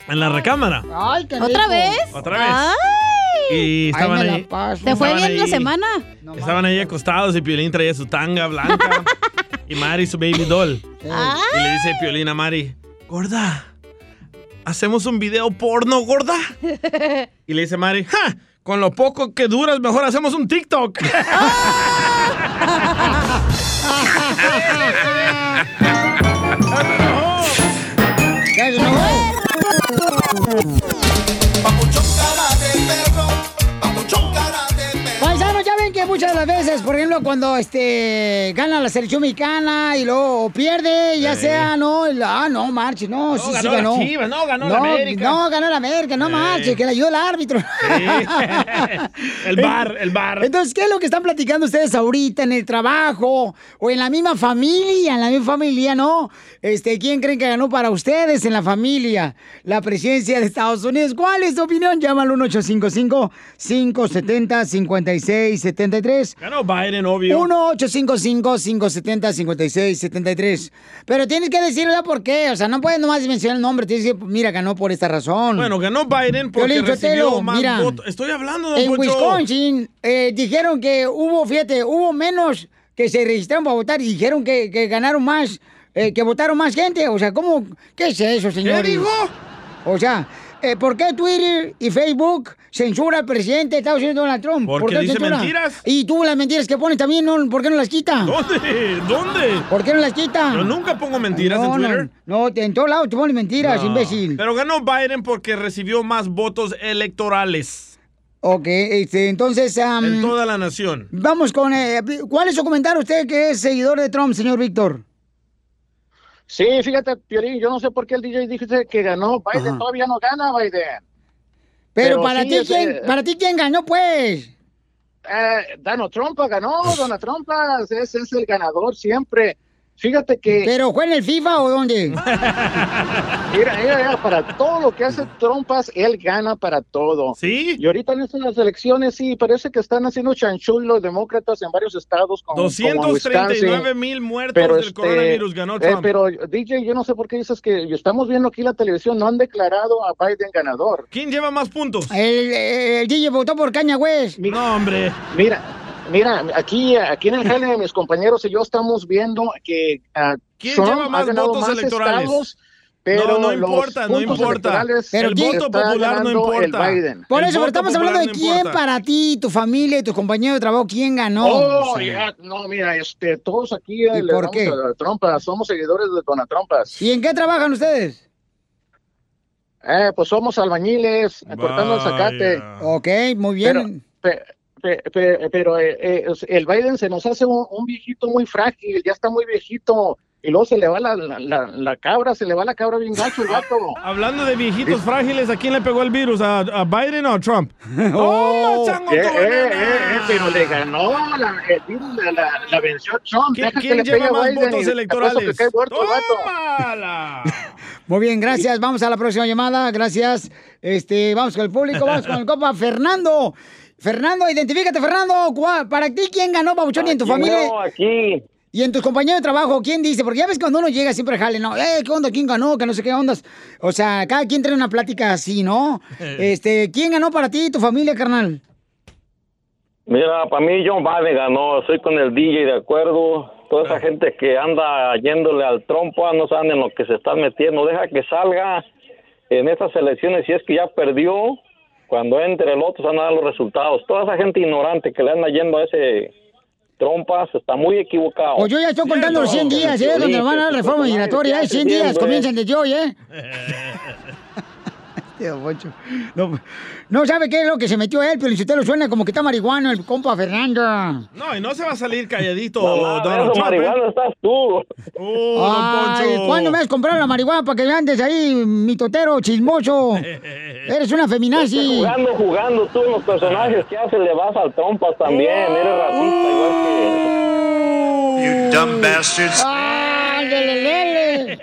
En la recámara. Ay, qué ¿Otra rico. vez? Otra vez. Ay. Y estaban ahí. ¿Te fue Estaban bien la ahí. semana? Estaban ahí acostados y Piolín traía su tanga blanca y Mari su baby doll. Ah, Y le dice Piolín a Mari, gorda, ¿hacemos un video porno, gorda? Y le dice Mari, ¡ja! Con lo poco que duras, mejor hacemos un TikTok. Ya se enojó. Paisanos, ya ven que muchas de las veces, por ejemplo, cuando este gana la selección mexicana y luego pierde, ya Sí. sea, no, el- ah, no, marche, no, sí, sí ganó ganó. las Chivas, no, ganó la América. No, ganó la América, no Sí. marche, que la ayudó el árbitro. el bar, el bar. Entonces, ¿qué es lo que están platicando ustedes ahorita en el trabajo o en la misma familia? En la misma familia, ¿no? Este, ¿quién creen que ganó para ustedes en la familia la presidencia de Estados Unidos? ¿Cuál es tu opinión? Llama al 1-855-570-5673. Ganó Biden, obvio. 1-855-570-5673. Pero tienes que decirle por qué. O sea, no puedes nomás mencionar el nombre. Tienes que decir, mira, ganó por esta razón. Bueno, ganó Biden porque Piolín recibió Sotelo, más mira. votos. Estoy hablando, don En Poncho. Wisconsin eh, dijeron que hubo, fíjate, hubo menos que se registraron para votar y dijeron que, que ganaron más, eh, que votaron más gente. O sea, ¿cómo? ¿Qué es eso, señor? dijo? O sea, eh, ¿por qué Twitter y Facebook censura al presidente de Estados Unidos, Donald Trump? Porque ¿Por qué dice censura? mentiras. Y tú las mentiras que pones también, ¿no? ¿por qué no las quita? ¿Dónde? ¿Dónde? ¿Por qué no las quita? Yo nunca pongo mentiras no, en Twitter. No, no, en todos lados te pones mentiras, No. imbécil. Pero ganó Biden porque recibió más votos electorales Ok, este, entonces... am, Mm. en toda la nación. Mm. Vamos con... eh, ¿Cuál es su comentario usted que es seguidor de Trump, señor Víctor? Sí, fíjate, Piolín, yo no sé por qué el DJ dijiste que ganó. Biden Ajá. todavía no gana, Biden. Pero, Pero para sí, eh. ti, ese- ¿quién, para ti, ¿quién ganó, pues? Eh, Donald Trump ganó, Donald Trump es, es el ganador siempre. Fíjate que... ¿Pero fue en el FIFA o dónde? Mira, mira, mira, para todo lo que hace Trompas, él gana para todo. Sí. Y ahorita en estas elecciones, sí, parece que están haciendo chanchul los demócratas en varios estados. Como, como en Wisconsin. 239 mil muertos Pero del este, coronavirus ganó eh, Trump. pero DJ, yo no sé por qué dices que y estamos viendo aquí la televisión, no han declarado a Biden ganador. ¿Quién lleva más puntos? El, el DJ votó por Caña West. No, hombre. Mira, mira, aquí, aquí en el jale mis compañeros y yo estamos viendo que ah, ¿Quién Trump lleva ha más ganado votos más electorales? estados, No, pero no los importa, no puntos importa. electorales Pero los ¿quién- está voto popular no ganando el importa. Biden. Por El eso, voto pero estamos hablando popular de no quién importa. para ti, tu familia y tus compañeros de trabajo, ¿quién ganó? Oh, O sea, ya, no, mira, este, todos aquí eh, pues, eh, ¿Y le por damos qué? a la trompa, somos seguidores de Donald Trompas. ¿Y en qué trabajan ustedes? Eh, pues somos albañiles, eh, cortando el zacate. Ok, muy bien. Pero, pe- pe- pe- pero eh, eh, el Biden se nos hace un, un viejito muy frágil, ya está muy viejito. y luego se le va la, la- la- la cabra, se le va la cabra bien gacho el vato. Hablando de viejitos frágiles, ¿a quién le pegó el virus? ¿A, a Biden o a Trump? ¡Oh, eh, eh, eh, eh, pero le ganó, la, el virus la, la, la venció Trump. ¿Quién- Deja que quién le lleva pegue a más Biden y votos te apuesto que electorales? cae muerto el vato. Muy bien, gracias. Vamos a la próxima llamada. Gracias. Este, vamos con el público, vamos con el copa Fernando. Fernando, identifícate, Fernando. ¿Cuá- Para ti, ¿quién ganó, Babuchón? Y en tu Aquí familia. no, aquí. Y en tus compañeros de trabajo, ¿quién dice? Porque ya ves que cuando uno llega siempre jale, no, eh, ¿qué onda? ¿Quién ganó? Que no sé qué ondas. O sea, cada quien trae una plática así, ¿no? Este, ¿quién ganó para ti y tu familia, carnal? Mira, para mí John Biden ganó, estoy con el DJ de acuerdo. Toda esa gente que anda yéndole al trompa no saben en lo que se están metiendo. Deja que salga en estas elecciones si es que ya perdió. Cuando entre el otro se van a dar los resultados. Toda esa gente ignorante que le anda yendo a ese trompas está muy equivocado. O Pues yo ya estoy contando los 100 días, ¿eh? Donde van a dar reforma migratoria, ¿eh? 100 días, comienzan desde hoy, ¿eh? Tío Poncho. No, no sabe qué es lo que se metió él, pero si usted lo suena como que está marihuano el compa Fernando. No, y no se va a salir calladito Mamá, Donald eso, Trump. ¿eh? marihuana, estás tú. Oh, Ay, ¿cuándo me has comprado la marihuana para que andes ahí, mitotero, chismoso? Eres una Estás feminazi. Jugando, jugando tú en los personajes que haces, le vas al trompas también. Eres racista igual que. You dumb bastards. Ándele, lele.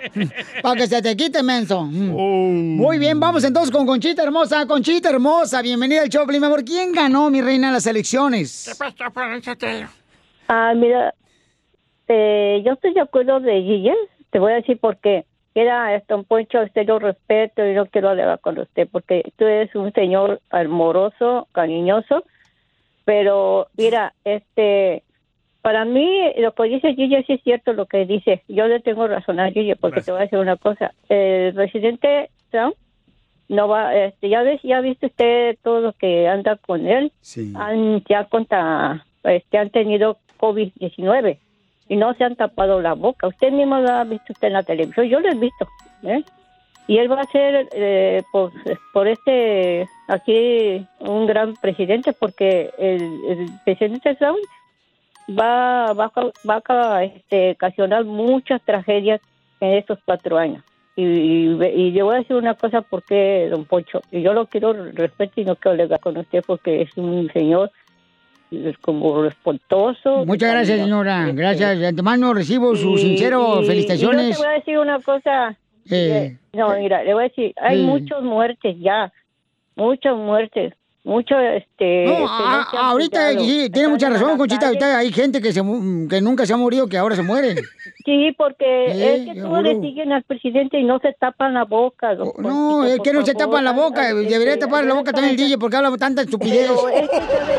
Para que se te quite, menso. Mm. Muy bien, vamos entonces con Conchita Hermosa. Conchita Hermosa, bienvenida al show, mi amor. ¿Quién ganó, mi reina, las elecciones? Ah, mira, eh, yo estoy de acuerdo de Guillén. Te voy a decir por qué. Era este, un poncho, a usted lo respeto y no quiero hablar con usted porque tú eres un señor amoroso, cariñoso. Pero mira, este, para mí lo que dice Gille sí es cierto lo que dice. Yo le tengo razón a Gille porque te voy a decir una cosa. El presidente Trump no va, este, ya ves, ya viste usted todo lo que anda con él. Han, ya contra, este, han tenido COVID-19 y no se han tapado la boca. Usted mismo lo ha visto usted en la televisión, yo lo he visto. ¿eh? Y él va a ser eh, por, por este aquí un gran presidente porque el, el presidente Trump va, va, a cau- va a ca- este, ocasionar muchas tragedias en estos cuatro años. Y, y, y le voy a decir una cosa porque, don Poncho, y yo lo quiero respeto y no quiero alegar con usted porque es un señor eh, como respetuoso. Muchas gracias, señora. Gracias. De antemano recibo su Y- sincero y- Y yo felicitaciones. te voy a decir una cosa. Eh. No, mira, le voy a decir, hay Eh. muchas muertes ya, muchas muertes, mucho este. Eh, No, que no a- se han ahorita cuidado. sí, tiene mucha razón, Conchita. Ahorita hay gente que, se, mu- que nunca se ha morido, que ahora se muere. Sí, porque Eh, es que todos seguro. Oh, le siguen al presidente y no se tapan la boca. don No, Ponchito, es que por no se favor, tapa la al- boca. al- Debería este, tapar la al- boca también el DJ porque habla tanta estupidez. Pero es que, ¿sabe?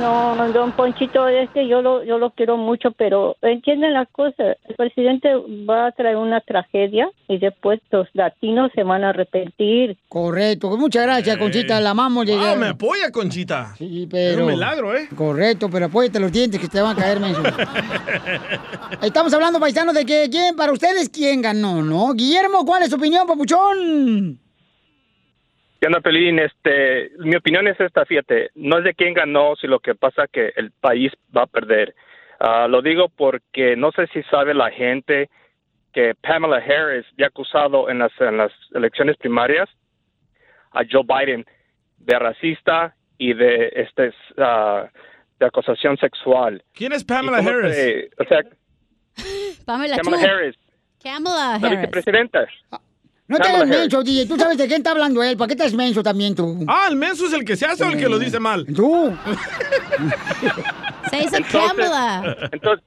No, don Ponchito, es que yo lo, yo lo quiero mucho, pero entienden las cosas. El presidente va a traer una tragedia y después los latinos se van a arrepentir. Correcto, muchas gracias, Conchita, la amamos. Ah, ya- me apoya, Conchita. Sí, Es pero- un milagro, ¿eh? Correcto, pero apóyate los dientes que te van a caer, menso. Estamos hablando, paisanos, de que quién, para ustedes, quién ganó, ¿no? Guillermo, ¿cuál es su opinión, papuchón? ¿Qué onda, Pelín? Este, mi opinión es esta, fíjate, no es de quién ganó, sino lo que pasa que el país va a perder. Ah, lo digo porque no sé si sabe la gente que Pamela Harris ya ha acusado en las, en las elecciones primarias a Joe Biden de racista y de, este, ah, de acusación sexual. ¿Quién es Pamela ¿Y cómo Harris? se- o sea, Pamela, Kamala Chu. Harris, Kamala la Harris. vicepresidenta. Ah, No te Kamala hagas Harris. menso, DJ. Tú sabes de quién está hablando él. ¿Para qué estás menso también tú? Ah, el menso es el que se hace o el que lo dice mal. Tú. Se dice Entonces- Kamala. Entonces,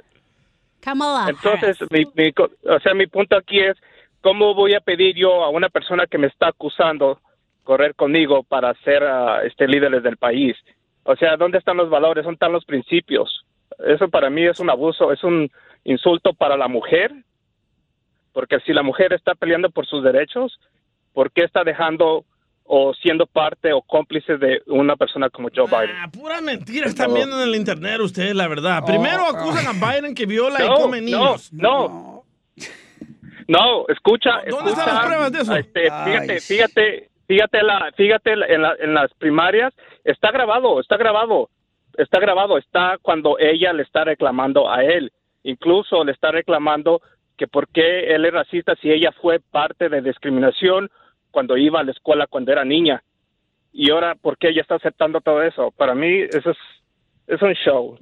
Kamala. Entonces, mi, mi co- o sea, mi punto aquí es, ¿cómo voy a pedir yo a una persona que me está acusando correr conmigo para ser ah, este líderes del país? O sea, ¿dónde están los valores? ¿Dónde están los principios? Eso para mí es un abuso, es un insulto para la mujer, porque si la mujer está peleando por sus derechos, ¿por qué está dejando o siendo parte o cómplice de una persona como Joe Ah, Biden? Pura mentira están viendo en el internet ustedes, la Oh. verdad. Primero acusan a Biden que viola No, y come no, niños. No, no, escucha. ¿Dónde están escucha, las pruebas de eso? este, Ay, fíjate, sí. fíjate, fíjate, la, fíjate la- en, la- en las primarias, está grabado, está grabado, está grabado, está cuando ella le está reclamando a él. Incluso le está reclamando que por qué él es racista si ella fue parte de discriminación cuando iba a la escuela cuando era niña. Y ahora, ¿por qué ella está aceptando todo eso? Para mí, eso es, es un show.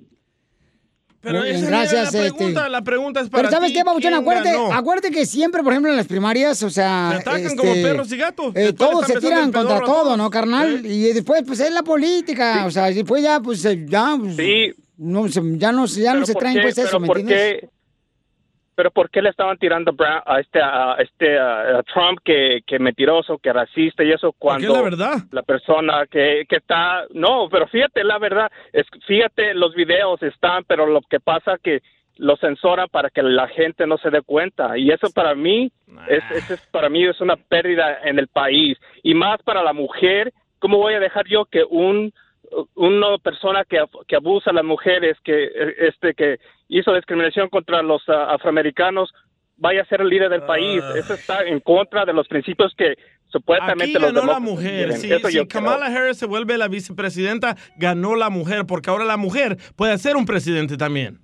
Pero Muy bien, esa no era gracias, la pregunta, este. la pregunta es para Pero ¿sabes ti, qué, Pabuchón? ¿quién Acuérdate, ganó? acuérdate que siempre, por ejemplo, en las primarias, o sea... Se atacan como perros y gatos. este, eh, Después todos están besando se tiran el pedorro contra a todo, todos. ¿no, carnal? Y después, pues, es la política. O sea, y después ya, pues, eh, ya... pues, No, se- ya no, se- ya no Pero se ¿por traen, qué? pues, eso, pero ¿me por entiendes? Qué, pero ¿por qué le estaban tirando Bra- a este, a este a- a Trump que, que mentiroso, que racista y eso cuando la verdad. la persona que, que está... No, pero fíjate, la verdad, es, fíjate, los videos están, pero lo que pasa que los censoran para que la gente no se dé cuenta y eso para mí es, Ah. es- es- para mí es una pérdida en el país y más para la mujer cómo voy a dejar yo que un una persona que, af- que abusa a las mujeres, que eh, este que hizo discriminación contra los ah, afroamericanos, vaya a ser el líder del país. Eso está en contra de los principios que Ah. Aquí supuestamente los ganó la demócratas mujer. tienen. Si, Eso si yo creo. Kamala Harris se vuelve la vicepresidenta, ganó la mujer, porque ahora la mujer puede ser un presidente también.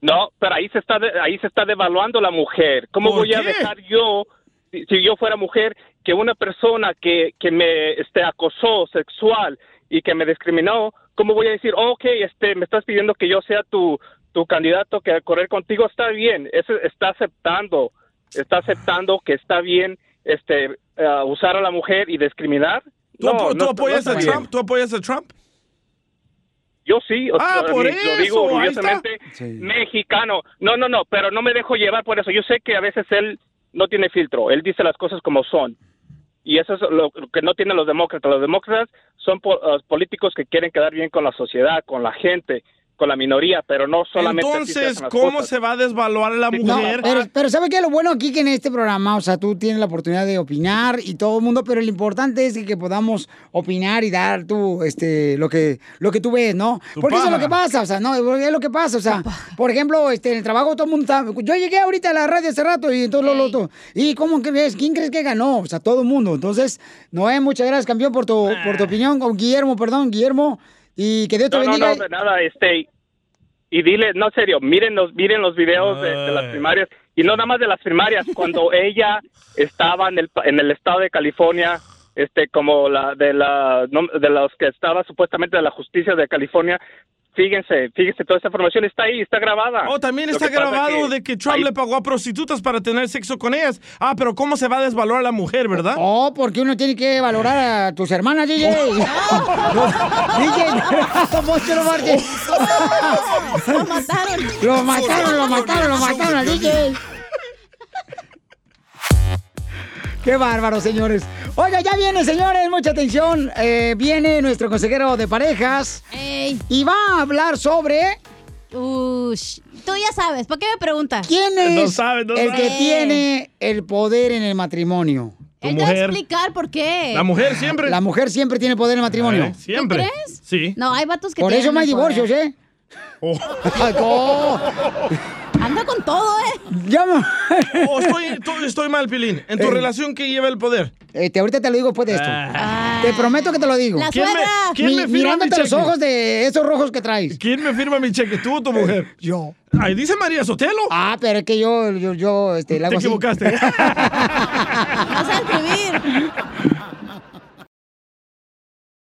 No, pero ahí se está de- ahí se está devaluando la mujer. ¿Cómo voy a dejar yo si, si yo fuera mujer que una persona que que me este acosó sexual y que me discriminó, cómo voy a decir, oh, ok, este me estás pidiendo que yo sea tu tu candidato que a correr contigo está bien, eso está aceptando, está aceptando que está bien este eh, usar a la mujer y discriminar. ¿Tú, No, apo- no tú está- no apoyas está a bien. Trump? ¿Tú apoyas a Trump? Yo sí, o Ah, sea, por mi- lo digo eso, ahí orgullosamente mexicano. No, no, no, pero no me dejo llevar por eso. Yo sé que a veces él no tiene filtro, él dice las cosas como son. Y eso es lo, lo que no tienen los demócratas. Los demócratas son po- eh, políticos que quieren quedar bien con la sociedad, con la gente, con la minoría, pero no solamente así se Entonces, hacen las ¿cómo cosas. se va a desvaluar la No, mujer? pero, pero ¿sabes qué? Lo bueno aquí que en este programa, o sea, tú tienes la oportunidad de opinar y todo el mundo, pero lo importante es que podamos opinar y dar tú, este, lo que, lo que tú ves, ¿no? Tu porque eso es lo paja. que pasa, o sea, no, porque es lo que pasa, o sea, por ejemplo, este, en el trabajo todo el mundo está, yo llegué ahorita a la radio hace rato y todo lo lo otro, y ¿cómo que ves? ¿Quién crees que ganó? O sea, todo el mundo, entonces, Noé, muchas gracias, campeón, por tu, por tu opinión, con Guillermo, perdón, Guillermo, y que Dios te No, no, bendiga. no, de nada, este, y dile, no, serio, miren los, miren los videos de, de las primarias, y no nada más de las primarias, cuando ella estaba en el, pa- en el estado de California, este, como la, de la, no, de los que estaba supuestamente de la justicia de California, fíjense, fíjense, toda esa información está ahí, está grabada. Oh, también Lo está que pasa grabado de que Trump ahí- le pagó a prostitutas para tener sexo con ellas. Ah, pero ¿cómo se va a desvaluar la mujer, verdad? Oh, porque uno tiene que valorar a tus hermanas, DJ. DJ, Poncho lo marque. Lo mataron. Lo mataron, lo mataron, lo mataron al DJ. Qué bárbaro, señores. Oiga, ya viene, señores, mucha atención. Eh, viene nuestro consejero de parejas y va a hablar sobre. Ush, tú ya sabes, ¿por qué me preguntas? ¿Quién es el que tiene el poder en el matrimonio? Él te va a explicar por qué. La mujer siempre tiene poder en el matrimonio. Eh, siempre. ¿Tú crees? Sí. No, hay vatos que Por eso tienen no hay el poder. divorcios, ¿eh? Anda con todo, ¿eh? Ya me- Oh, estoy, to- estoy mal, Pilín. En tu Eh. relación, ¿qué lleva el poder? Este, ahorita te lo digo después de esto. Te prometo que te lo digo. Ah. La ¿Quién me- suegra. quién me firma mirándote mi los cheque? ojos de esos rojos que traes. Eh, ¿Quién me firma mi cheque? ¿Tú o tu mujer? Yo. Ahí dice María Sotelo. Ah, pero es que yo, yo, yo, este, la Te hago así. equivocaste.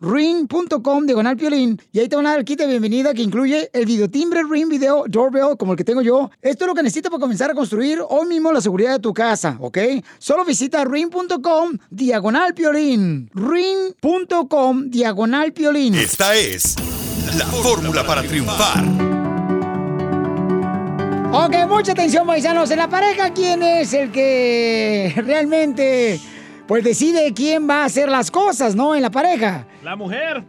Ring.com diagonal piolín y ahí te van a dar el kit de bienvenida que incluye el videotimbre Ring Video Doorbell como el que tengo yo. Esto es lo que necesitas para comenzar a construir hoy mismo la seguridad de tu casa, ¿ok? Solo visita ring.com diagonal piolín. Ring.com diagonal piolín. Esta es la fórmula para triunfar. Ok, mucha atención, paisanos. En la pareja, ¿quién es el que realmente pues decide quién va a hacer las cosas, ¿no? En la pareja. La mujer.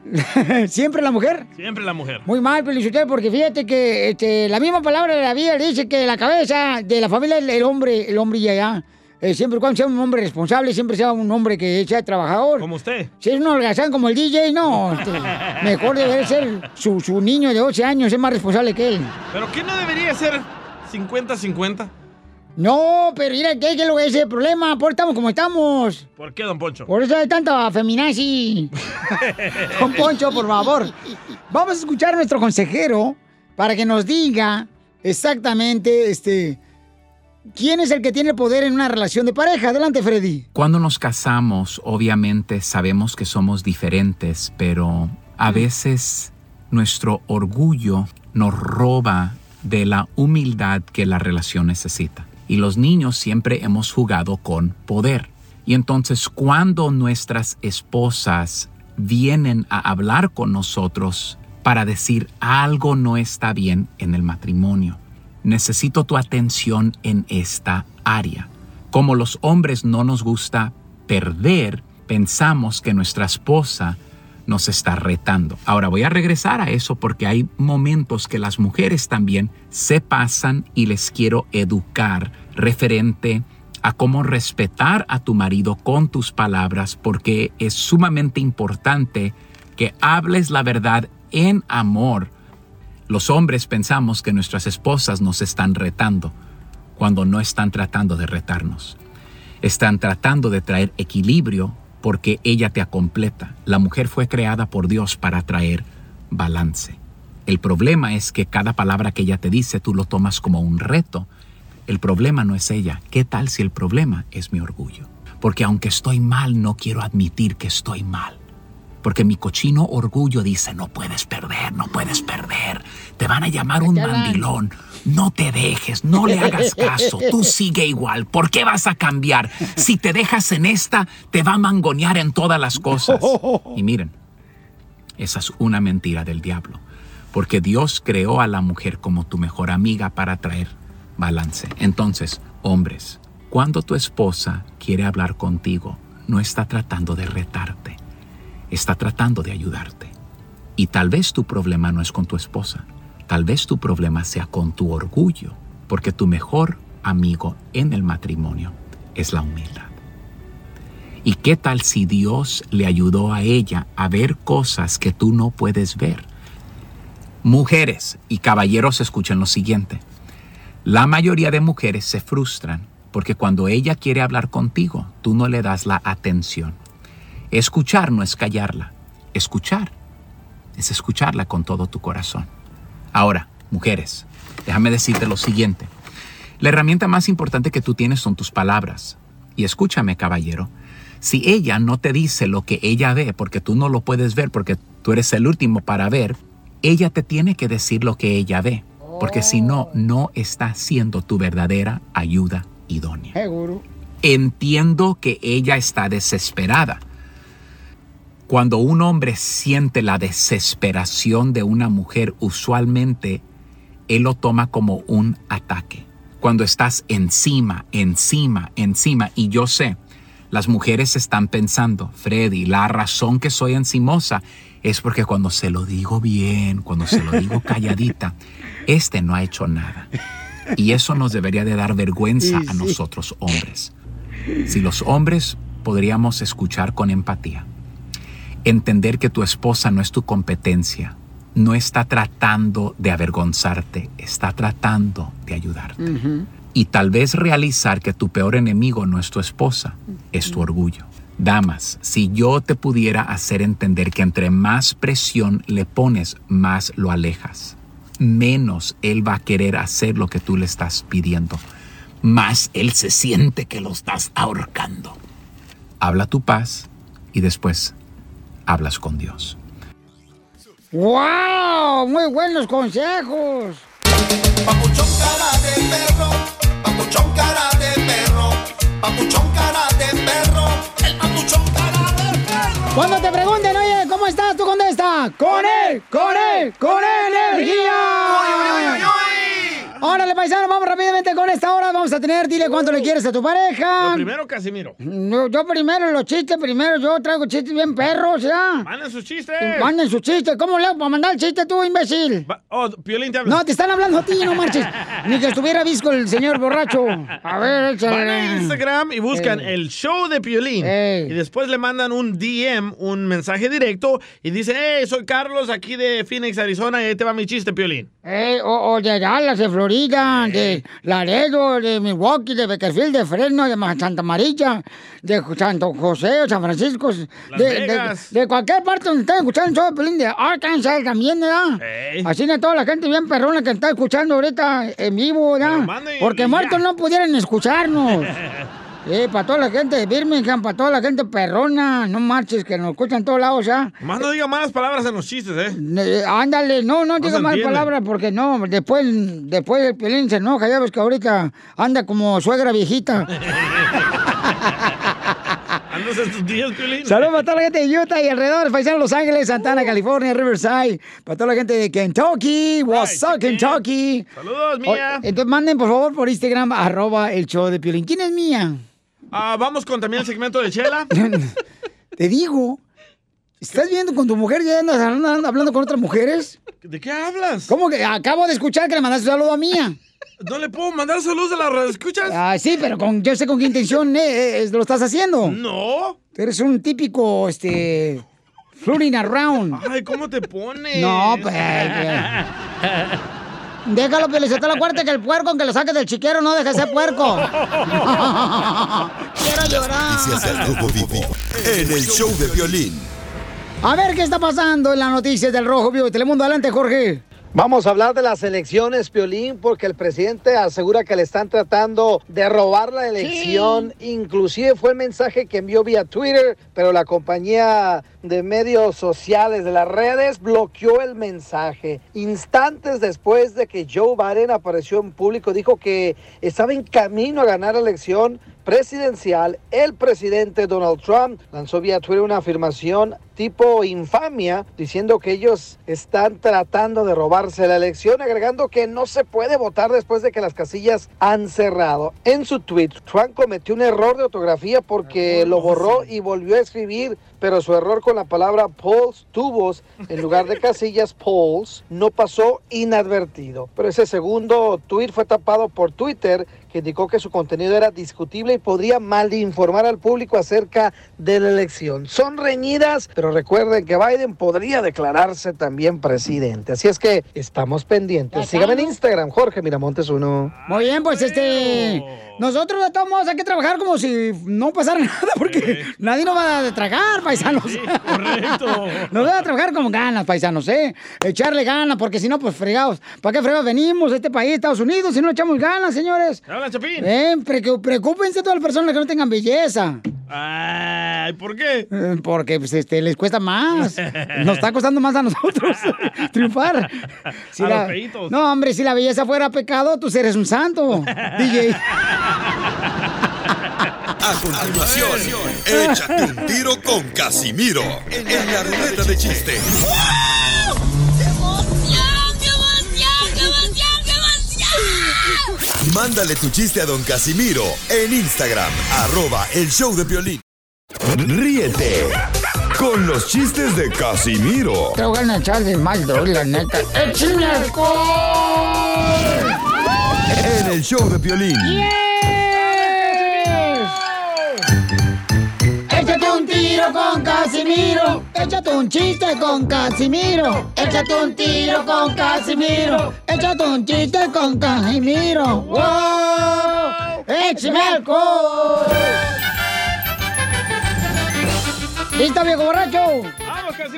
¿Siempre la mujer? Siempre la mujer. Muy mal, Pelichotel, porque fíjate que este, la misma palabra de la Biblia dice que la cabeza de la familia es el hombre, el hombre y allá. Eh, siempre y cuando sea un hombre responsable, siempre sea un hombre que sea trabajador. Como usted. Si es un holgazán como el DJ, no. este, mejor debe ser su, su niño de 12 años, es más responsable que él. ¿Pero qué no debería ser 50-50? No, pero mira, ¿qué, qué es lo que es el problema? Por estamos como estamos. ¿Por qué, don Poncho? Por eso hay tanta feminazi. Don Poncho, por favor. Vamos a escuchar a nuestro consejero para que nos diga exactamente este quién es el que tiene el poder en una relación de pareja. Adelante, Freddy. Cuando nos casamos, obviamente sabemos que somos diferentes, pero a veces nuestro orgullo nos roba de la humildad que la relación necesita. Y los niños siempre hemos jugado con poder. Y entonces cuando nuestras esposas vienen a hablar con nosotros para decir algo no está bien en el matrimonio, necesito tu atención en esta área. Como los hombres no nos gusta perder, pensamos que nuestra esposa nos está retando. Ahora voy a regresar a eso porque hay momentos que las mujeres también se pasan y les quiero educar referente a cómo respetar a tu marido con tus palabras porque es sumamente importante que hables la verdad en amor. Los hombres pensamos que nuestras esposas nos están retando cuando no están tratando de retarnos. Están tratando de traer equilibrio porque ella te completa. La mujer fue creada por Dios para traer balance. El problema es que cada palabra que ella te dice tú lo tomas como un reto. El problema no es ella. ¿Qué tal si el problema es mi orgullo? Porque aunque estoy mal, no quiero admitir que estoy mal. Porque mi cochino orgullo dice, no puedes perder, no puedes perder. Te van a llamar un mandilón. No te dejes, no le hagas caso. Tú sigue igual. ¿Por qué vas a cambiar? Si te dejas en esta, te va a mangonear en todas las cosas. Y miren, esa es una mentira del diablo. Porque Dios creó a la mujer como tu mejor amiga para traer balance. Entonces, hombres, cuando tu esposa quiere hablar contigo, no está tratando de retarte está tratando de ayudarte. Y tal vez tu problema no es con tu esposa, tal vez tu problema sea con tu orgullo, porque tu mejor amigo en el matrimonio es la humildad. ¿Y qué tal si Dios le ayudó a ella a ver cosas que tú no puedes ver? Mujeres y caballeros escuchen lo siguiente. La mayoría de mujeres se frustran porque cuando ella quiere hablar contigo, tú no le das la atención. Escuchar no es callarla. Escuchar es escucharla con todo tu corazón. Ahora, mujeres, déjame decirte lo siguiente. La herramienta más importante que tú tienes son tus palabras. Y escúchame, caballero, si ella no te dice lo que ella ve, porque tú no lo puedes ver, porque tú eres el último para ver, ella te tiene que decir lo que ella ve, porque si no, no está siendo tu verdadera ayuda idónea. Entiendo que ella está desesperada, cuando un hombre siente la desesperación de una mujer, usualmente él lo toma como un ataque. Cuando estás encima, encima, encima, y yo sé, las mujeres están pensando, Freddy, la razón que soy encimosa es porque cuando se lo digo bien, cuando se lo digo calladita, este no ha hecho nada. Y eso nos debería de dar vergüenza a nosotros hombres. Si los hombres podríamos escuchar con empatía, entender que tu esposa no es tu competencia, no está tratando de avergonzarte, está tratando de ayudarte. Ujú. Y tal vez realizar que tu peor enemigo no es tu esposa, es tu orgullo. Damas, si yo te pudiera hacer entender que entre más presión le pones, más lo alejas, menos él va a querer hacer lo que tú le estás pidiendo, más él se siente que lo estás ahorcando. Habla tu paz y después hablas con Dios. ¡Wow! Muy buenos consejos. Papuchón cara de perro, papuchón cara de perro, el papuchón cara de perro. Cuando te pregunten, oye, ¿cómo estás? ¿Tú contesta? ¡Con él! ¡Con él! ¡Con él, energía! Órale, paisano, vamos rápidamente con esta hora. Vamos a tener, dile cuánto le quieres a tu pareja. Lo primero, Casimiro. No, yo primero, los chistes primero. Yo traigo chistes bien perros, ¿ya? Manden sus chistes. Manden sus chistes. ¿Cómo le hago para mandar el chiste tú, imbécil? Oh, Piolín te habla. No, te están hablando a ti, no marches. Ni que estuviera visco el señor borracho. A ver, Van a échale. Eh. Instagram y buscan el show de Piolín. Y después le mandan un DM, un mensaje directo, y dice, hey, soy Carlos, aquí de Phoenix, Arizona, y ahí te va mi chiste, Piolín. Eh, o, o de Dallas, de Florida, Eh. de Laredo, de Milwaukee, de Beckerfield, de Fresno, de Ma- Santa María, de Ju- Santo José, San Francisco, de, de- Vegas. de cualquier parte donde estén escuchando el show de Pelín, de Arkansas también, ¿verdad? Ey. Así de toda la gente bien perrona que está escuchando ahorita en vivo, ¿verdad? Porque muertos no pudieran escucharnos. Eh, para toda la gente de Birmingham, para toda la gente perrona, no marches, que nos escuchan en todos lados, ¿ya? Más no diga malas palabras en los chistes, ¿eh? Eh, Ándale, no, no, No diga se mal entiende. palabras porque no, después, después el Piolín se enoja, ya ves que ahorita anda como suegra viejita. Andas en tus días, Piolín. Saludos para toda la gente de Utah y alrededor, paisanos Los Ángeles, Uh. Santana, California, Riverside, para toda la gente de Kentucky, what's up, Kentucky. Saludos, Mía. O- entonces manden por favor por Instagram, arroba el show de Piolín. ¿Quién es Mía? Ah, vamos con también el segmento de Chela. Te digo, ¿estás viendo con tu mujer ya andas hablando- hablando con otras mujeres? ¿De qué hablas? ¿Cómo que acabo de escuchar que le mandaste un saludo a Mía? No le puedo mandar saludos a la radio, ¿escuchas? Ah, sí, pero con, yo sé con qué intención eh, eh, lo estás haciendo. No. Eres un típico, este, floating around. Ay, ¿cómo te pones? No, pues, eh. Déjalo, está la cuarta que el puerco, aunque lo saques del chiquero, no deja de ser puerco. Quiero llorar. Noticias del Rojo Vivo. En el show de violín. A ver qué está pasando en las noticias del Rojo Vivo de Telemundo. Adelante, Jorge. Vamos a hablar de las elecciones, Piolín, porque el presidente asegura que le están tratando de robar la elección. Inclusive fue el mensaje que envió vía Twitter, pero la compañía de medios sociales de las redes bloqueó el mensaje. Instantes después de que Joe Biden apareció en público, dijo que estaba en camino a ganar la elección presidencial, el presidente Donald Trump lanzó vía Twitter una afirmación tipo infamia diciendo que ellos están tratando de robarse la elección, agregando que no se puede votar después de que las casillas han cerrado. En su tweet, Trump cometió un error de ortografía porque lo borró y volvió a escribir, pero su error con la palabra polls, tubos, en lugar de casillas, polls, no pasó inadvertido. Pero ese segundo tweet fue tapado por Twitter, que indicó que su contenido era discutible y podría mal informar al público acerca de la elección. Son reñidas, pero recuerden que Biden podría declararse también presidente. Así es que estamos pendientes. Síganme en Instagram, Jorge Miramontes 1. Muy bien, pues este. Nosotros de todos modos hay que trabajar como si no pasara nada, porque nadie nos va a tragar, paisanos. correcto. nos va a trabajar como ganas, paisanos, ¿eh? Echarle ganas, porque si no, pues fregados. ¿Para qué fregados venimos a este país, Estados Unidos, si no le echamos ganas, señores? Habla, Chapín. Eh, precu- preocúpense todas las personas que no tengan belleza. Ay, ¿por qué? Eh, Porque pues, este, les cuesta más. Nos está costando más a nosotros triunfar. Si A la- los feitos. No, hombre, si la belleza fuera pecado, tú seres un santo, DJ. A continuación, échate un tiro con Casimiro. En la ruleta de chiste. Mándale tu chiste a don Casimiro en Instagram, arroba el show de violín. Ríete con los chistes de Casimiro Te voy a echar de mal, doy, la neta. ¡Échame alcohol! en el show de violín. ¡Eh! Échate un tiro con Casimiro. Échate un chiste con Casimiro. Échate un tiro con Casimiro. Échate un chiste con Casimiro. ¡Wow! ¡Échame alcohol! ¿Listo, viejo borracho?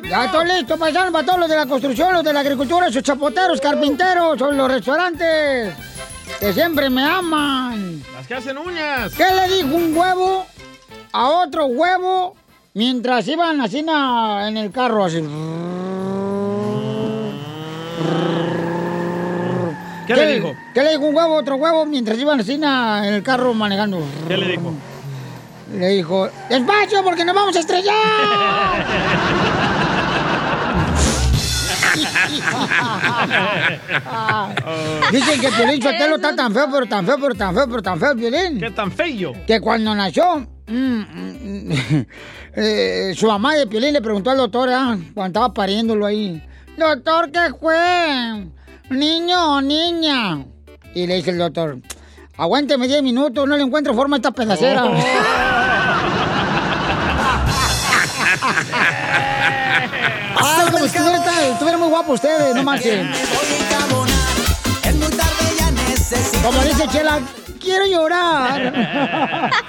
Ya estoy listo, paisano, para todos los de la construcción, los de la agricultura, sus chapoteros, carpinteros, son los restaurantes, que siempre me aman. Las que hacen uñas. ¿Qué le dijo un huevo a otro huevo mientras iban así na- en el carro? Así. ¿Qué le dijo? ¿Qué le dijo un huevo a otro huevo mientras iban así na- en el carro manejando? ¿Qué le dijo? Le dijo, despacio porque nos vamos a estrellar. Dicen que Piolín Sotelo está tan feo, pero tan feo, pero tan feo, pero tan feo, Piolín. ¿Qué tan feo? Que cuando nació, mm, mm, eh, su mamá de Piolín le preguntó al doctor, ah, cuando estaba pariéndolo ahí, doctor, ¿qué fue? ¿Niño o niña? Y le dice el doctor, aguánteme 10 minutos, no le encuentro forma a esta pedacera. Oh. Ay, Ah, como si estuviera tan- estuvieran muy guapos ustedes, no marchen. Como dice Chela, quiero llorar.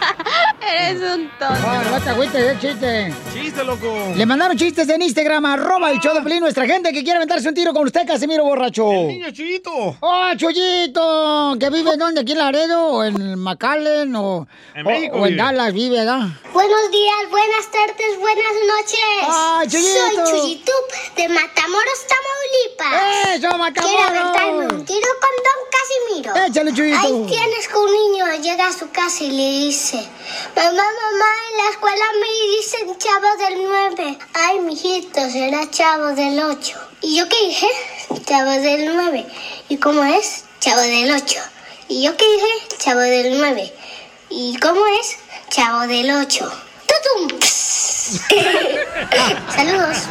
Eres un tonto. Ah, no te agüites, es chiste. Chiste, loco. Le mandaron chistes en Instagram, arroba el show de Pelín, nuestra gente que quiere aventarse un tiro con usted, Casimiro Borracho. Niño Chuyito. ¡Oh, Chuyito! ¿Que vive dónde? ¿Aquí en Laredo? ¿O en McAllen? ¿O En o- México o en vive. Dallas vive, ¿verdad? Buenos días, buenas tardes, buenas noches. Ah, Chuyito. Soy Chuyitup de Matamoros, Tamaulipas. ¡Eso, ¡Eh, Matamoros! Quiero aventarme un tiro con Don Casimiro. Échale, Chuyito. Ahí tienes que un niño llega a su casa y le dice, mamá, mamá, en la escuela me dicen chavo del 9. Ay, mijito, será chavo del 8. ¿Y yo qué dije? Chavo del 9. ¿Y cómo es? Chavo del 8. ¿Y yo qué dije? Chavo del 9. ¿Y cómo es? Chavo del 8. ¡Tutum! Saludos.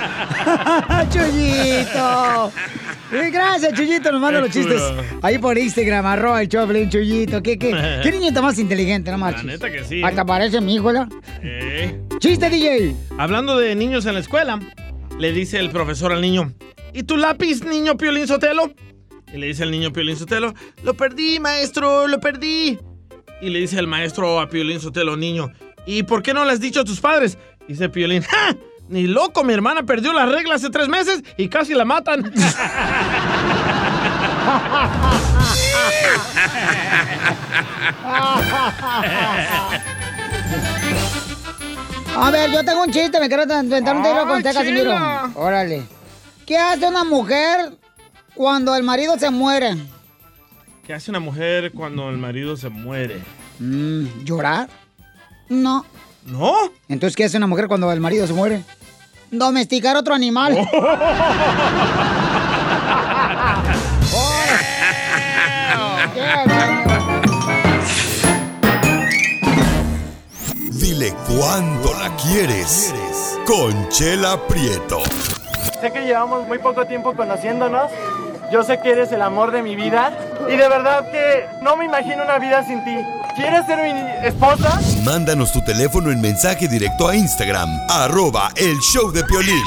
¡Ah, ¡Chuyito! Eh, Gracias, Chuyito, nos manda Qué los chistes chulo. ahí por Instagram, arroba el show de Pelín, Chuyito. ¿Qué, qué, qué niñito más inteligente, no marches? neta que sí. Hasta parece mi hijo, ¿verdad? Eh. ¡Chiste, DJ! Hablando de niños en la escuela, le dice el profesor al niño, ¿y tu lápiz, niño Piolín Sotelo? Y le dice el niño Piolín Sotelo, lo perdí, maestro, lo perdí. Y le dice el maestro a Piolín Sotelo, niño, ¿y por qué no le has dicho a tus padres? Dice Piolín, ¡ja! Ni loco, mi hermana perdió la regla hace tres meses y casi la matan. A ver, yo tengo un chiste, me quiero inventar un tiro con usted, Ah, Casimiro. chila. Órale. ¿Qué hace una mujer cuando el marido se muere? ¿Qué hace una mujer cuando el marido se muere? Mm, ¿Llorar? No. ¿No? Entonces, ¿qué hace una mujer cuando el marido se muere? Domesticar otro animal. Dile cuánto la quieres. Conchela Prieto. Sé que llevamos muy poco tiempo conociéndonos. Yo sé que eres el amor de mi vida. Y de verdad que no me imagino una vida sin ti. ¿Quieres ser mi esposa? Mándanos tu teléfono en mensaje directo a Instagram, arroba el show de Piolín.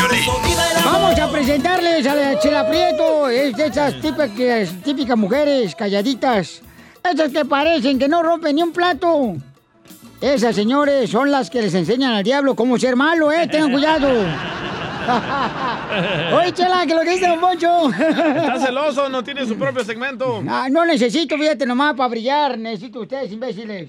Vamos a presentarles a la Chela Prieto, es de esas típicas, típicas mujeres calladitas, esas que parecen que no rompen ni un plato. Esas, señores, son las que les enseñan al diablo cómo ser malo, ¿eh? Tengan cuidado. Oye, Chela, que lo que dice Don Poncho. Está celoso, no tiene su propio segmento. Ah, no necesito, fíjate nomás, para brillar. Necesito ustedes, imbéciles.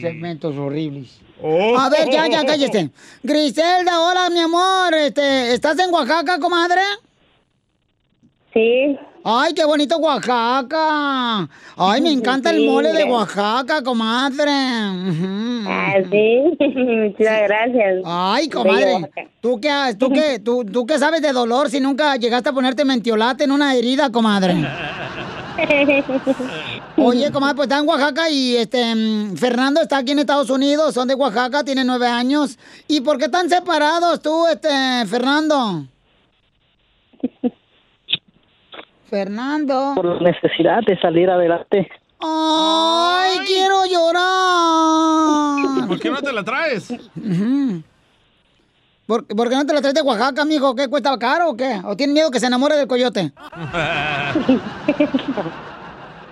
Segmentos horribles. Oh. A ver, ya, ya, cállate. Griselda, hola, mi amor. Este, ¿Estás en Oaxaca, comadre? Sí. Ay, qué bonito Oaxaca. Ay, me encanta el Sí. mole de Oaxaca, comadre. Ah, sí, muchas gracias. Ay, comadre. ¿Tú qué, has- tú, qué, tú, ¿Tú qué sabes de dolor si nunca llegaste a ponerte mentiolate en una herida, comadre? Oye, comadre, pues está en Oaxaca y este mm, Fernando está aquí en Estados Unidos, son de Oaxaca, tiene nueve años. ¿Y por qué están separados tú, este Fernando? Fernando. por la necesidad de salir adelante. Ay, quiero llorar. ¿Por qué no te la traes? Ah. Ujú. ¿Por, por qué no te la traes de Oaxaca, mijo? ¿Qué cuesta caro o qué? ¿O tienes miedo que se enamore del coyote?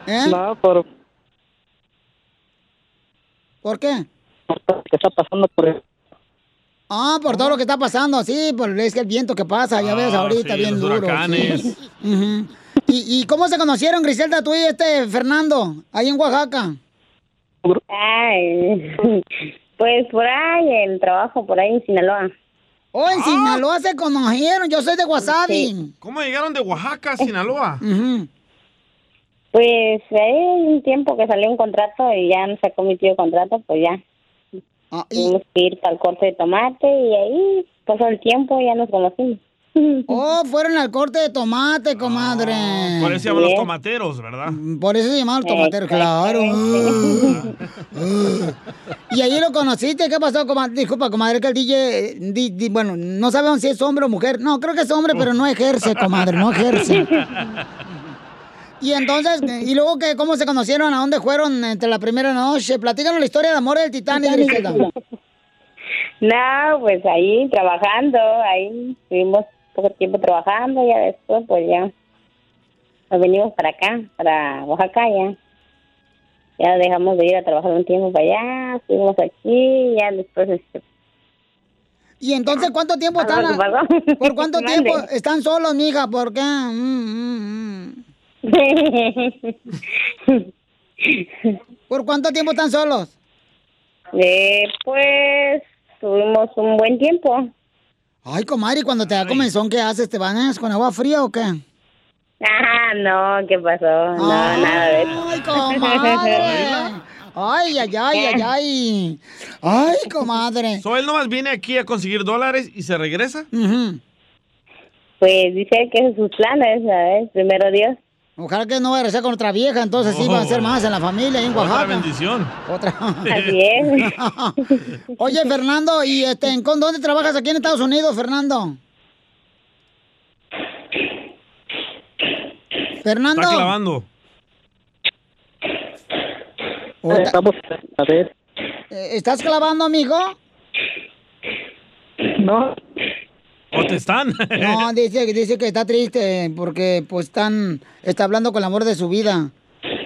¿Eh? No, por ¿Por qué? lo que está pasando por el Ah, por todo lo que está pasando, sí, por es que el viento que pasa, ya ves, Ah, ahorita sí, bien los duro. huracanes. sí. Ujú. ¿Y, y cómo se conocieron, Griselda, tú y este Fernando, ahí en Oaxaca? Ay, pues por ahí el trabajo, por ahí en Sinaloa. Oh, en Sinaloa se conocieron, yo soy de Wasabi. ¿Cómo llegaron de Oaxaca a Sinaloa? Pues hay un tiempo que salió un contrato y ya no sacó mi tío contrato, pues ya. Tuvimos que ir para el corte de tomate y ahí pasó el tiempo y ya nos conocimos. Oh, fueron al corte de tomate, comadre. Ah, Por eso se llaman los tomateros, Ah, ¿verdad? Mm. Oh. Por eso se llamaban los tomateros, Oh, claro. ah, Ah. y ahí lo conociste, ¿qué pasó, comadre? Disculpa, comadre, que el DJ, eh, di- di- bueno, no sabemos si es hombre o mujer. No, creo que es hombre, pero no ejerce, comadre, no ejerce. Y entonces, ¿y luego qué? ¿Cómo se conocieron? ¿A dónde fueron entre la primera noche? Platícanos la historia de amor del Titanic, Griselda. No, pues ahí trabajando, ahí estuvimos poco tiempo trabajando, ya después pues ya nos venimos para acá, para Oaxaca ya. Ya dejamos de ir a trabajar un tiempo para allá, estuvimos aquí, ya después este, Y entonces, ¿cuánto tiempo están? Ah, Perdón, ¿Por cuánto Mande. tiempo están solos, mija? ¿Por qué? Mm, mm, mm. ¿Por cuánto tiempo están solos? eh, pues tuvimos un buen tiempo. Ay, comadre, ¿y cuando te da comenzón, ¿qué haces? ¿Te bañas con agua fría o qué? Ah, no, ¿qué pasó? No, nada de eso. Ay, Eh. comadre. Ay, ay, ay, ay, ay. Ay, comadre. So, él nomás viene aquí a conseguir dólares y se regresa. Pues dice que es sus planes, ¿sabes? ¿eh? Primero Dios. Ojalá que no vaya a regresar con otra vieja, entonces sí van a ser más en la familia, ahí en Otra Oaxaca. bendición. Otra. Así es. Oye, Fernando, ¿y este, en con- dónde trabajas aquí en Estados Unidos, Fernando? Fernando. Está clavando. Eh, Estamos, a ver, Eh, ¿Estás clavando, amigo? no, ¿O te están? No, dice, dice que está triste porque pues están, está hablando con el amor de su vida.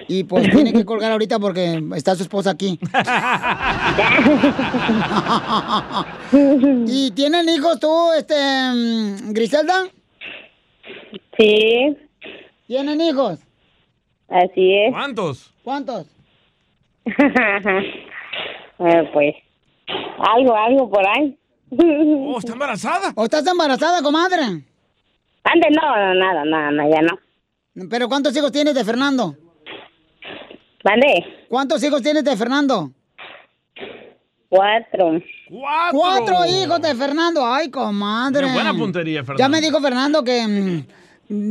Y pues tiene que colgar ahorita porque está su esposa aquí. ¿Y tienen hijos tú, este, mm, Griselda? Sí. ¿Tienen hijos? Así es. ¿Cuántos? ¿Cuántos? Bueno, pues algo, algo por ahí. ¿O Oh, está embarazada? ¿O estás embarazada, comadre? Antes no, no, nada, nada, no, ya no. ¿Pero cuántos hijos tienes de Fernando? ¿Mande? ¿Cuántos hijos tienes de Fernando? Cuatro. ¡Cuatro! hijos de Fernando! ¡Ay, comadre! Tiene buena puntería, Fernando. Ya me dijo Fernando que... mm,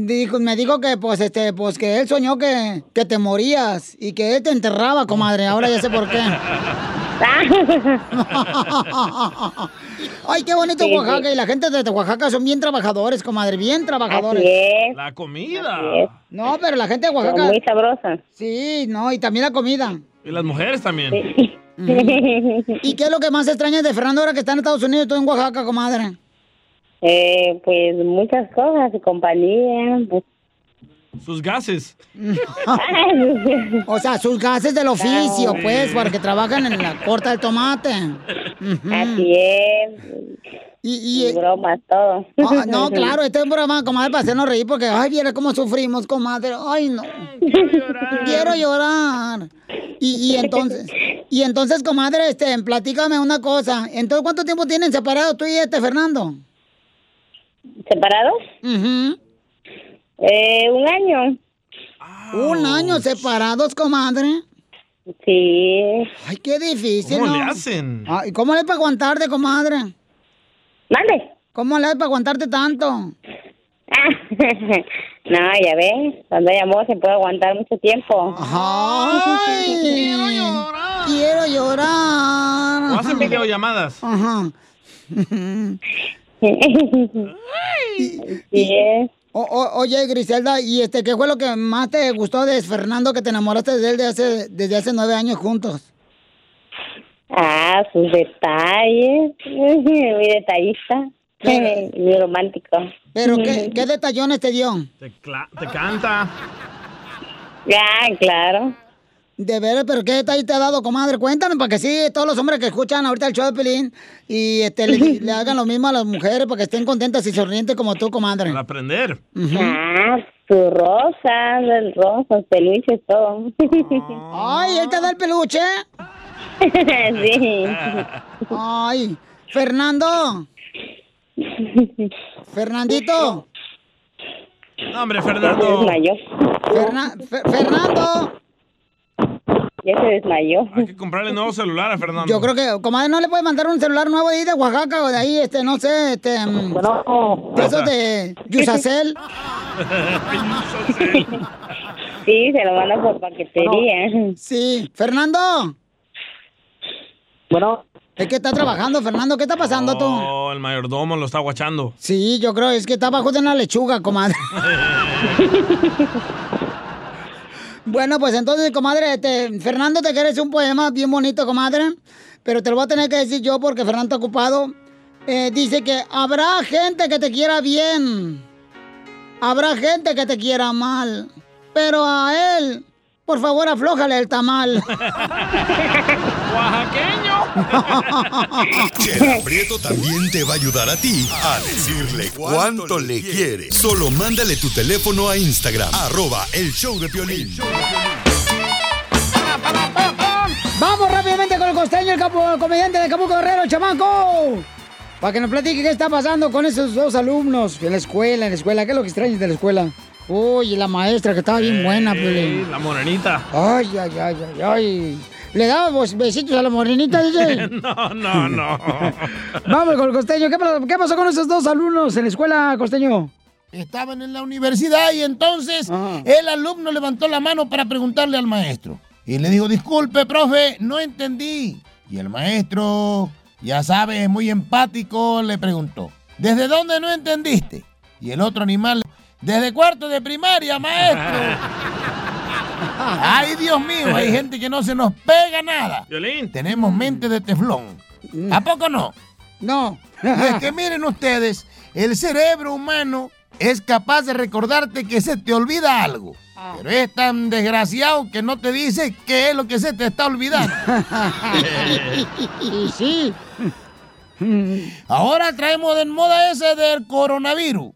dijo- me dijo que pues este pues que él soñó que, que te morías y que él te enterraba, comadre. Ahora ya sé por qué. Ay, qué bonito Sí, sí. Oaxaca y la gente de Oaxaca son bien trabajadores, comadre, bien trabajadores. La Así es. comida. No, pero la gente de Oaxaca. Pero muy sabrosa. Sí, no, y también la comida. Y las mujeres también. Ujú. ¿Y qué es lo que más extrañas de Fernando ahora que está en Estados Unidos y tú en Oaxaca, comadre? Eh, pues muchas cosas, su compañía. pues, Sus gases. o sea, sus gases del Sí. oficio, pues, porque trabajan en la corta del tomate. Así es. Y, eh, bromas, todo. Ah, no, claro, este es un programa, comadre, para hacernos reír, porque, ay, viera cómo sufrimos, comadre. Ay, no. Quiero llorar. Y, y entonces, y entonces, comadre, este, platícame una cosa. Entonces, ¿cuánto tiempo tienen separados tú y este Fernando? ¿Separados? eh, un año. Un año separados, comadre. Sí. Ay, qué difícil, ¿Cómo ¿no? le hacen? Ay, ¿Cómo le es para aguantarte, comadre? Mande. ¿Cómo le es para aguantarte tanto? no, ya ves, cuando hay amor se puede aguantar mucho tiempo. Quiero llorar. Quiero llorar. ¿O hacen videollamadas? Ajá. Y- o- o- oye, Griselda, ¿y este qué fue lo que más te gustó de Fernando que te enamoraste de él de hace, desde hace nueve años juntos? Ah, sus detalles. Muy detallista. Muy romántico. ¿Pero qué, qué detallones te dio? Te, cla- te canta. Ah, claro. De ver, pero qué detalle te ha dado, comadre. Cuéntame para que sí, todos los hombres que escuchan ahorita el show de Pelín y este, le, le hagan lo mismo a las mujeres para que estén contentas y sonrientes como tú, comadre. Para aprender. Ah, sus rosas, el rosas, peluches, todo. Ay, él te da el peluche. sí. Ay, Fernando. Fernandito. No, hombre, Fernando. Ferna- Fe- Fernando. Ya se desmayó. Hay que comprarle nuevo celular a Fernando. Yo creo que, comadre, no le puede mandar un celular nuevo de ahí de Oaxaca o de ahí, este, no sé, este. mm, de esos de Yusacel. Sí, se lo mando por paquetería. Sí. Fernando. Bueno. Es que está trabajando, Fernando. ¿Qué está pasando tú? Oh, el mayordomo lo está guachando. Sí, yo creo, es que está bajo de una lechuga, comadre. bueno, pues entonces, comadre, este, Fernando te quieres un poema bien bonito, comadre. Pero te lo voy a tener que decir yo porque Fernando está ocupado. Eh, dice que habrá gente que te quiera bien. Habrá gente que te quiera mal. Pero a él, por favor, aflójale el tamal. Chela Prieto también te va a ayudar a ti a decirle cuánto le quiere. Solo mándale tu teléfono a Instagram, arroba el show de Piolín. Vamos rápidamente con el costeño, el, capo- el comediante de Capuco Guerrero, chamaco. Para que nos platique qué está pasando con esos dos alumnos en la escuela, en la escuela. ¿Qué es lo que extrañas de la escuela? Uy, la maestra que estaba bien buena, pues, Piolín. Sí, Eh, la morenita. Ay, ay, ay, ay, ay. ¿Le dabas besitos a la morenita, DJ? No, no, no. Vamos con el costeño. ¿Qué, pa- qué pasó con esos dos alumnos en la escuela, costeño? Estaban en la universidad y entonces el alumno levantó la mano para preguntarle al maestro. Y le dijo, disculpe, profe, no entendí. Y el maestro, ya sabes, muy empático, le preguntó, ¿desde dónde no entendiste? Y el otro animal, desde cuarto de primaria, maestro. Ay, Dios mío, hay gente que no se nos pega nada. Tenemos mente de teflón. ¿A poco no? No. es que miren ustedes, el cerebro humano es capaz de recordarte que se te olvida algo. Pero es tan desgraciado que no te dice qué es lo que se te está olvidando. y sí. Ahora traemos de moda ese del coronavirus.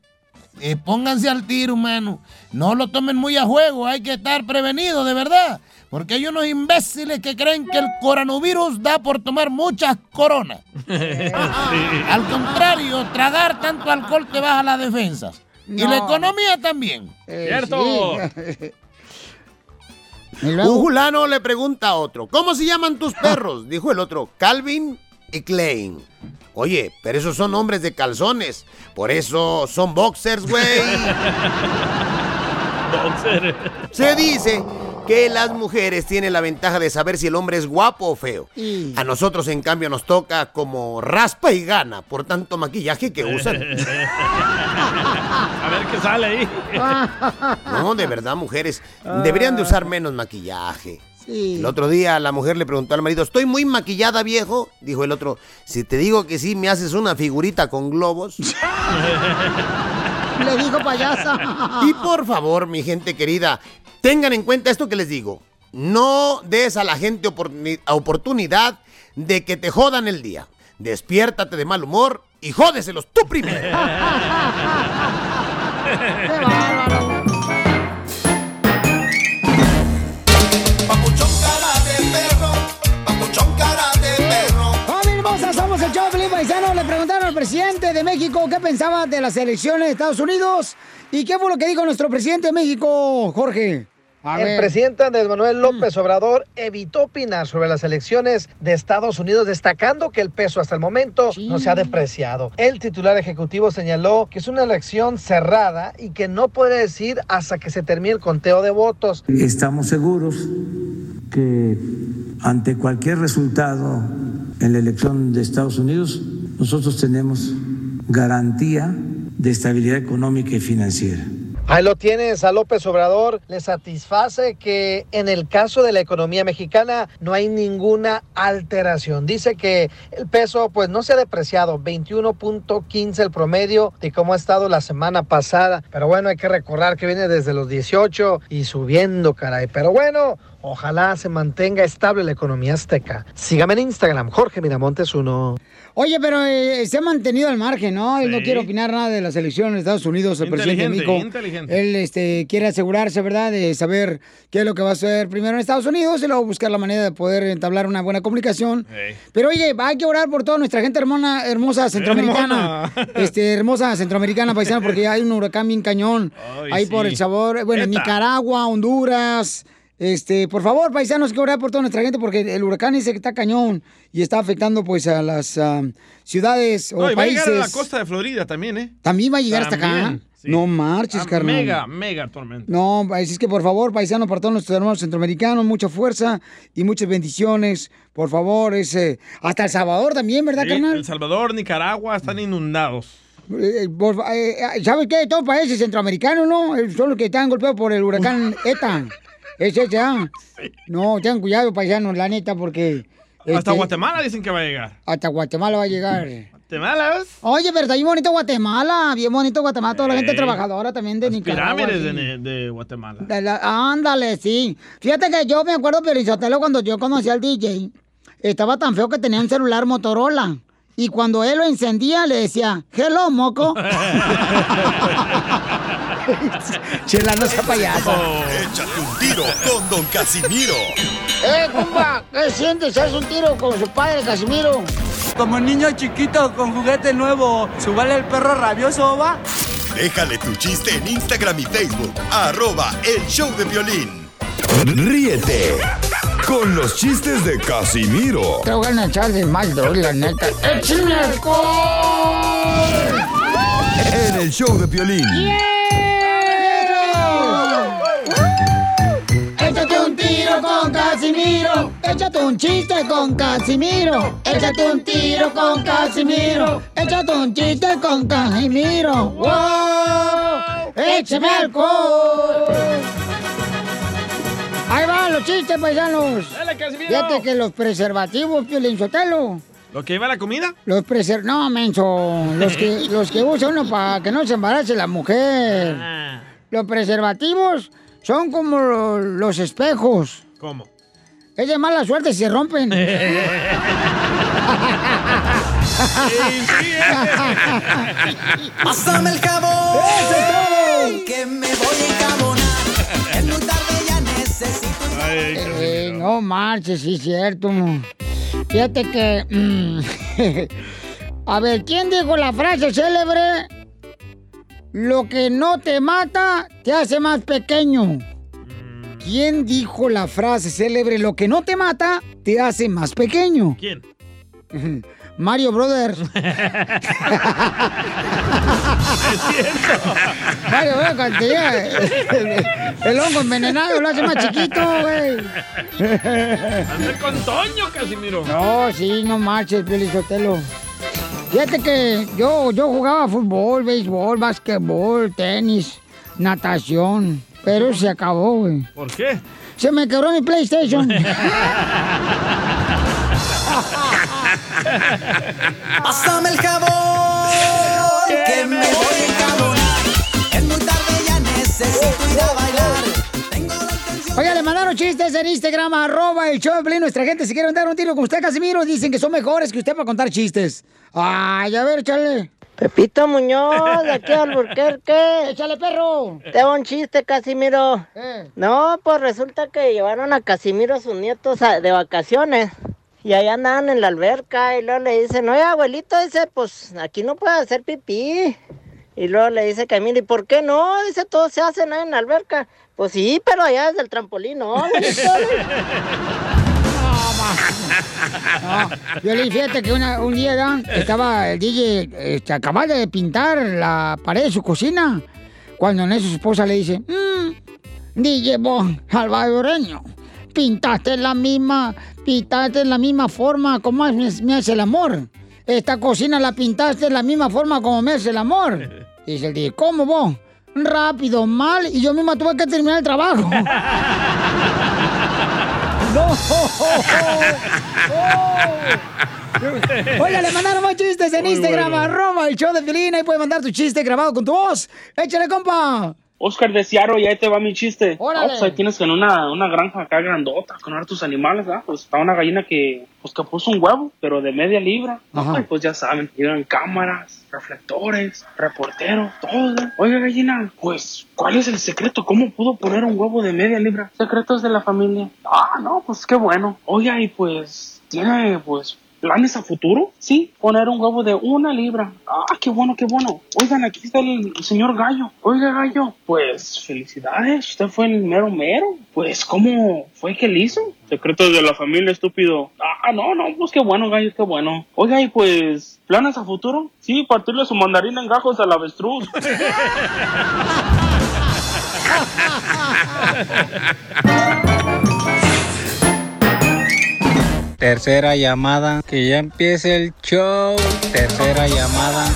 Eh, pónganse al tiro, mano. No lo tomen muy a juego. Hay que estar prevenidos, de verdad. Porque hay unos imbéciles que creen que el coronavirus da por tomar muchas coronas. Al contrario, tragar tanto alcohol te baja las defensas. Y No. Eh, la economía también. ¡Cierto! Un fulano le pregunta a otro, ¿cómo se llaman tus perros? Dijo el otro, Calvin y Klein. Oye, pero esos son hombres de calzones. Por eso son boxers, güey. Se dice que las mujeres tienen la ventaja de saber si el hombre es guapo o feo. A nosotros, en cambio, nos toca como raspa y gana por tanto maquillaje que usan. A ver qué sale ahí. No, de verdad, mujeres, deberían de usar menos maquillaje. El otro día la mujer le preguntó al marido, ¿estoy muy maquillada, viejo? Dijo el otro, si te digo que sí, me haces una figurita con globos. Le dijo payasa. Y por favor, mi gente querida, tengan en cuenta esto que les digo. No des a la gente oportuni- oportunidad de que te jodan el día. Despiértate de mal humor y jódeselos tú primero. ¡Familia hermosa! Somos el show Felipe Paisano. Le preguntaron al presidente de México qué pensaba de las elecciones de Estados Unidos. ¿Y qué fue lo que dijo nuestro presidente de México, Jorge? A el ver. Mm. presidente Andrés Manuel López Obrador evitó opinar sobre las elecciones de Estados Unidos, destacando que el peso hasta el momento no se ha depreciado. El titular ejecutivo señaló que es una elección cerrada y que no podrá decir hasta que se termine el conteo de votos. Estamos seguros que ante cualquier resultado en la elección de Estados Unidos, nosotros tenemos garantía de estabilidad económica y financiera. Ahí lo tienes a López Obrador. Le satisface que en el caso de la economía mexicana no hay ninguna alteración. Dice que el peso pues no se ha depreciado, 21.15 el promedio de cómo ha estado la semana pasada. Pero bueno, hay que recordar que viene desde los 18 y subiendo, caray. Pero bueno, ojalá se mantenga estable la economía azteca. Sígame en Instagram, Jorge Miramontes 1. Oye, pero eh, se ha mantenido al margen, ¿no? Él no Sí. quiere opinar nada de las elecciones de Estados Unidos, el presidente de Inteligente, México. inteligente. Él este, quiere asegurarse, ¿verdad?, de saber qué es lo que va a hacer primero en Estados Unidos y luego buscar la manera de poder entablar una buena comunicación. Pero oye, hay que orar por toda nuestra gente hermona, hermosa centroamericana. Este, hermosa centroamericana paisana, porque hay un huracán bien cañón. Ay, ahí por sí. el sabor. Bueno, Neta. Nicaragua, Honduras, Este, por favor, paisanos, que orar por toda nuestra gente porque el huracán dice que está cañón y está afectando pues a las ah, ciudades o No, y va a países. llegar a la costa de Florida también, ¿eh? También va a llegar hasta acá. También, No marches, Ah, carnal. Mega, mega tormenta. No, así es que por favor, paisano, para todos nuestros hermanos centroamericanos, mucha fuerza y muchas bendiciones. Por favor, ese, hasta El Salvador también, ¿verdad, Sí, carnal? Mm. El Salvador, Nicaragua están inundados. Eh, eh, por- eh, eh, ¿Sabes qué? Todos países centroamericanos, ¿no? Eh, Son los que están golpeados por el huracán ETA. Es ese, ¿ah? No, tengan cuidado, paisanos, la neta, porque... Hasta este, Guatemala dicen que va a llegar. Hasta Guatemala va a llegar. eh. Guatemala. Oye, pero está bien bonito Guatemala, bien bonito Guatemala, toda la gente Ey. trabajadora también de Nicaragua. Pirámides sí. de, de Guatemala. De la- ándale, sí. Fíjate que yo me acuerdo, Pelizotelo, cuando yo conocí al DJ, estaba tan feo que tenía un celular Motorola. Y cuando él lo encendía, le decía, hello, moco. Chela, no sea payaso. Échate un tiro con Don Casimiro. ¡Eh, compa! ¿Qué sientes? ¿Haz un tiro con su padre, Casimiro? Como niño chiquito con juguete nuevo, subale el perro rabioso, va. Déjale tu chiste en Instagram y Facebook. Arroba el show de violín. Ríete con los chistes de Casimiro. Te voy a echar de mal, la neta. ¡Échame alcohol! En el show de violín. Échate un tiro con Casimiro. Échate un chiste con Casimiro. Échate un tiro con Casimiro. Échate un chiste con Casimiro. ¡Wow! ¡Échame alcohol! Ahí van los chistes, paisanos. Dale, Casimiro. Fíjate que los preservativos, Piolín Sotelo. ¿Lo que iba a la comida? Los preser... No, menso. Los que, los que usa uno para que no se embarace la mujer. Ah. Los preservativos son como lo- los espejos. ¿Cómo? Es de mala suerte si se rompen. ¡Pásame el jabón! ¡Que me voy a encabonar! ¡Es muy tarde, ya necesito... Eh, no marches, sí, cierto. Fíjate que. mm, a ver, ¿quién dijo la frase célebre? Lo que no te mata te hace más pequeño. Mm. ¿Quién dijo la frase célebre? Lo que no te mata te hace más pequeño. ¿Quién? Mario Brothers. Mario Brothers, cuando te llega el, el hongo envenenado lo hace más chiquito, güey. Ande con Toño, Casimiro. No, sí, no marches, Pelizotelo. Fíjate que yo, yo jugaba fútbol, béisbol, básquetbol, tenis, natación. Pero se acabó, güey. ¿Por qué? Se me quebró mi PlayStation. ¡Pásame el jabón! ¡Que me voy a encabonar! ¡Es muy tarde, ya necesito ir a bailar! Oiga, le mandaron chistes en Instagram, arroba el show de Piolín. Nuestra gente, si quiere mandar un tiro con usted, Casimiro, dicen que son mejores que usted para contar chistes. Ay, a ver, échale. Pepito Muñoz, de aquí al Burquerque. Échale, perro. Te hago un chiste, Casimiro. Eh. No, pues resulta que llevaron a Casimiro a sus nietos a- de vacaciones. Y ahí andaban en la alberca y luego le dicen, oye abuelito, dice, pues aquí no puede hacer pipí. Y luego le dice Camilo, ¿y por qué no? Dice, todo se hace ¿no? en la alberca. Pues sí, pero allá desde el trampolín, ¿no? abuelito?" Yo le fíjate que una- un día ¿verdad? estaba el DJ, este, acababa de pintar la pared de su cocina, cuando en eso su esposa le dice, "Mm, DJ vos, salvadoreño, pintaste la misma, pintaste la misma forma como me, me hace el amor. Esta cocina la pintaste de la misma forma como me hace el amor. Dice el DJ, ¿cómo vos? Rápido, mal, y yo misma tuve que terminar el trabajo. Oiga, le mandaron más chistes en Muy Instagram, bueno. arroba el show de Piolín, ahí puedes mandar tu chiste grabado con tu voz. ¡Échale, compa! Oscar de Ciaro, y ahí te va mi chiste. Órale. Ah, pues ahí tienes con una, una granja acá grandota, con hartos animales, ¿ah? Pues está una gallina que, pues que puso un huevo, pero de media libra. Ajá. Ay, pues ya saben, llevan cámaras, reflectores, reporteros, todo. ¿eh? Oiga, gallina, pues, ¿cuál es el secreto? ¿Cómo pudo poner un huevo de media libra? Secretos de la familia. Ah, no, pues qué bueno. Oiga, y pues, tiene, pues, planes a futuro, sí, poner un huevo de una libra. Ah, qué bueno, qué bueno. Oigan, aquí está el señor Gallo. Oiga, Gallo, pues felicidades, usted fue el mero mero. Pues, ¿cómo fue que le hizo? Secretos de la familia, estúpido. Ah, no, no, pues qué bueno, Gallo, qué bueno. Oiga, y pues, ¿planes a futuro? Sí, partirle su mandarina en gajos al avestruz. Tercera llamada, que ya empiece el show. Tercera llamada.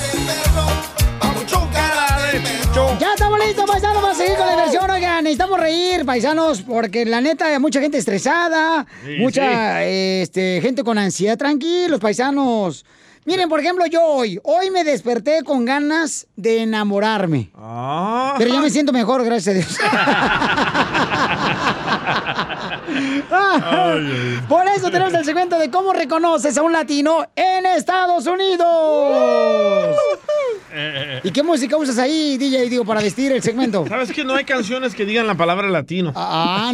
Ya estamos listos, paisanos, para seguir con la diversión. Oigan, necesitamos reír, paisanos, porque la neta hay mucha gente estresada, Sí, mucha sí. este, gente con ansiedad. Tranquilos, paisanos. Miren, por ejemplo, yo hoy, hoy me desperté con ganas de enamorarme. Ah. Pero ya me siento mejor, gracias a Dios. Ah. Ah, Por eso tenemos el segmento de cómo reconoces a un latino en Estados Unidos. Uh. ¿Y qué música usas ahí, DJ, digo, para vestir el segmento? ¿Sabes que no hay canciones que digan la palabra latino? Ah,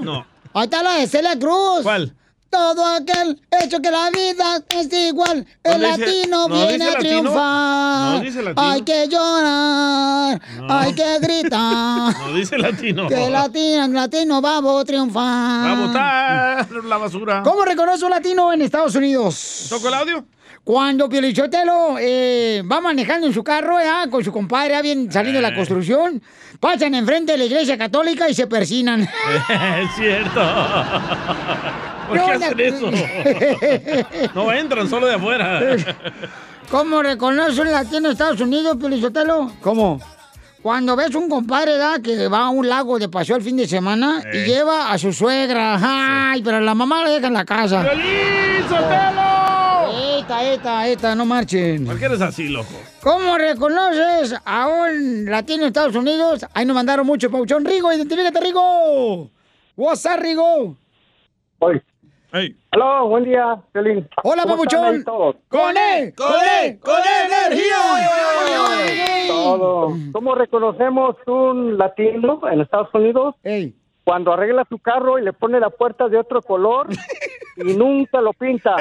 no. Ahí está la de Celia Cruz. ¿Cuál? Todo aquel hecho que la vida es igual, el ¿No dice- latino no viene dice a latino? triunfar. ¿No dice latino? Hay que llorar, hay que gritar. No dice latino. Que el latino, el latino vamos a triunfar. Va a botar la basura. ¿Cómo reconoce un latino en Estados Unidos? ¿Toco el audio? Cuando Piolichotelo eh, va manejando en su carro, ¿verdad? con su compadre, ¿ah? bien saliendo Eh. de la construcción, pasan enfrente de la iglesia católica y se persinan. es cierto. ¿Por No, qué la- hacen eso? No entran, solo de afuera. ¿Cómo reconoce un latino en Estados Unidos, Piolichotelo? ¿Cómo? Cuando ves un compadre ¿verdad? que va a un lago de paseo el fin de semana Eh. y lleva a su suegra, ay, pero la mamá la deja en la casa. ¡Piolín, Sotelo! Esta, esta, esta, no marchen. ¿Por qué eres así, loco? ¿Cómo reconoces a un latino en Estados Unidos? Ahí nos mandaron mucho, Pauchón. Rigo, identifícate, Rigo. What's up, Rigo? Hoy. Aló, buen día, Piolín. Hola, ¿Cómo papuchón. están ahí todos? E, ¡Con él! ¡Con él! ¡Con E energía! Todo. ¿Cómo reconocemos un latino en Estados Unidos? Cuando arregla su carro y le pone la puerta de otro color y nunca lo pinta.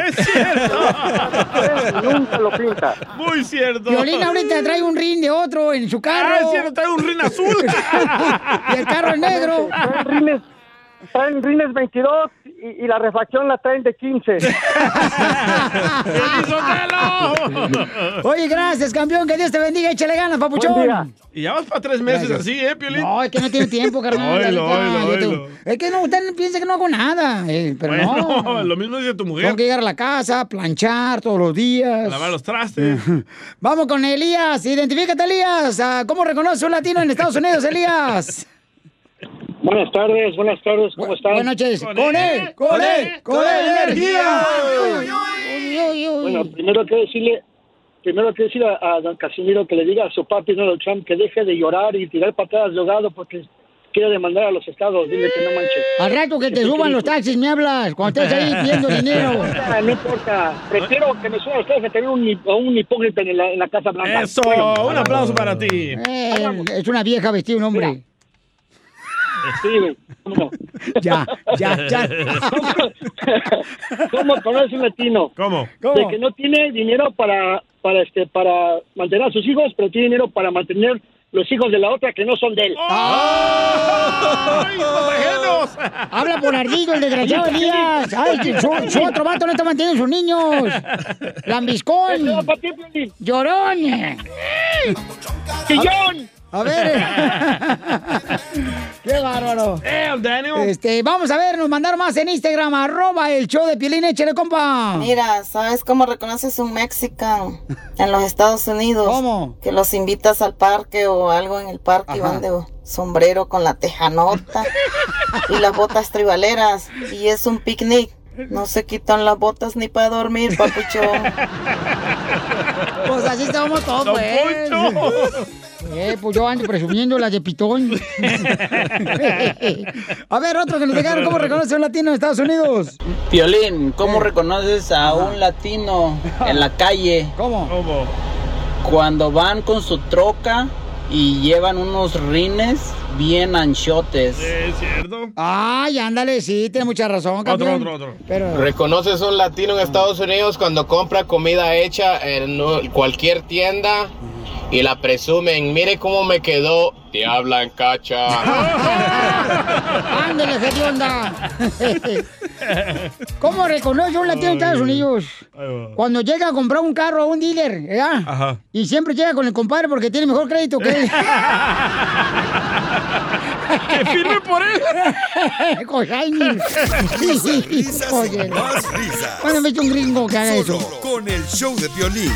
nunca lo pinta. Muy cierto. Violín ahorita trae un rin de otro en su carro. Ah, es cierto, trae un rin azul. y el carro es negro. Traen rines, traen rines 22 y, y la refacción la traen de 15. Oye, gracias, campeón. Que Dios te bendiga. Échale ganas, papuchón. Buen día. Y ya vas para tres meses Gracias. así, ¿eh, Piolín? No, es que no tiene tiempo, carnal. Oilo, oilo, ahorita. Yo te- oilo. Es que no, usted piensa que no hago nada. eh, pero bueno, no. lo mismo dice tu mujer. Tengo que llegar a la casa, planchar todos los días. Lavar los trastes. Eh. Vamos con Elías. Identifícate, Elías. Ah, ¿Cómo reconoce un latino en Estados Unidos, Elías? Buenas tardes, buenas tardes, ¿cómo están? Buenas noches. Con él, con él, con él, energía. Uy, uy, uy. Bueno, primero que decirle, primero que decir a, a don Casimiro que le diga a su papi Donald Trump que deje de llorar y tirar patadas de ahogado porque quiere demandar a los estados. Dile que no manches. Al rato que te suban los taxis, me hablas. Cuando estés ahí pidiendo dinero. No importa, Ah, no importa. Prefiero que me suban ustedes a tener un, hip- a un hipócrita en la, en la Casa Blanca. Eso, un aplauso para ti. Eh, es una vieja vestida de un hombre. Sí, güey. Ya, ya, ya. ¿Cómo conoce un latino? ¿Cómo? De que no tiene dinero para, para, este, para mantener a sus hijos, pero tiene dinero para mantener los hijos de la otra que no son de él. Habla por ardillo el desgraciado Elías. Ay, que su, su otro vato no está manteniendo sus niños. Lambiscón. Llorón. Chillón. A ver. Qué bárbaro. Este, vamos a ver, nos mandaron más en Instagram, arroba el show de Pielín, échale, compa. Mira, ¿sabes cómo reconoces un mexicano en los Estados Unidos? ¿Cómo? Que los invitas al parque o algo en el parque y Ajá. van de sombrero con la tejanota y las botas tribaleras y es un picnic. No se quitan las botas ni para dormir, papuchón. Pues así estábamos todos, Don pues. Poncho. Eh, pues yo ando presumiendo la de pitón. a ver, otro que nos dejaron, ¿cómo reconoce un latino en Estados Unidos? Violín, ¿cómo reconoces a un latino en la calle? ¿Cómo? Cuando van con su troca y llevan unos rines bien anchotes. ¿Es cierto? Ay, ándale, sí, tiene mucha razón, campeón. otro, otro. Pero... ¿Reconoces un latino en Estados Unidos cuando compra comida hecha en u- cualquier tienda y la presumen? Mire cómo me quedó. Te hablan cacha. Ah, Ándale, qué onda. ¿Cómo reconoce un latino en Estados Unidos? Cuando llega a comprar un carro a un dealer, ¿verdad? Ajá. Y siempre llega con el compadre porque tiene mejor crédito que él. ¡Que firme por él! ¡Cojaini! Risas, risas, Oye, más risas. bueno, me echo un gringo que haga eso. Solo con el show de violín.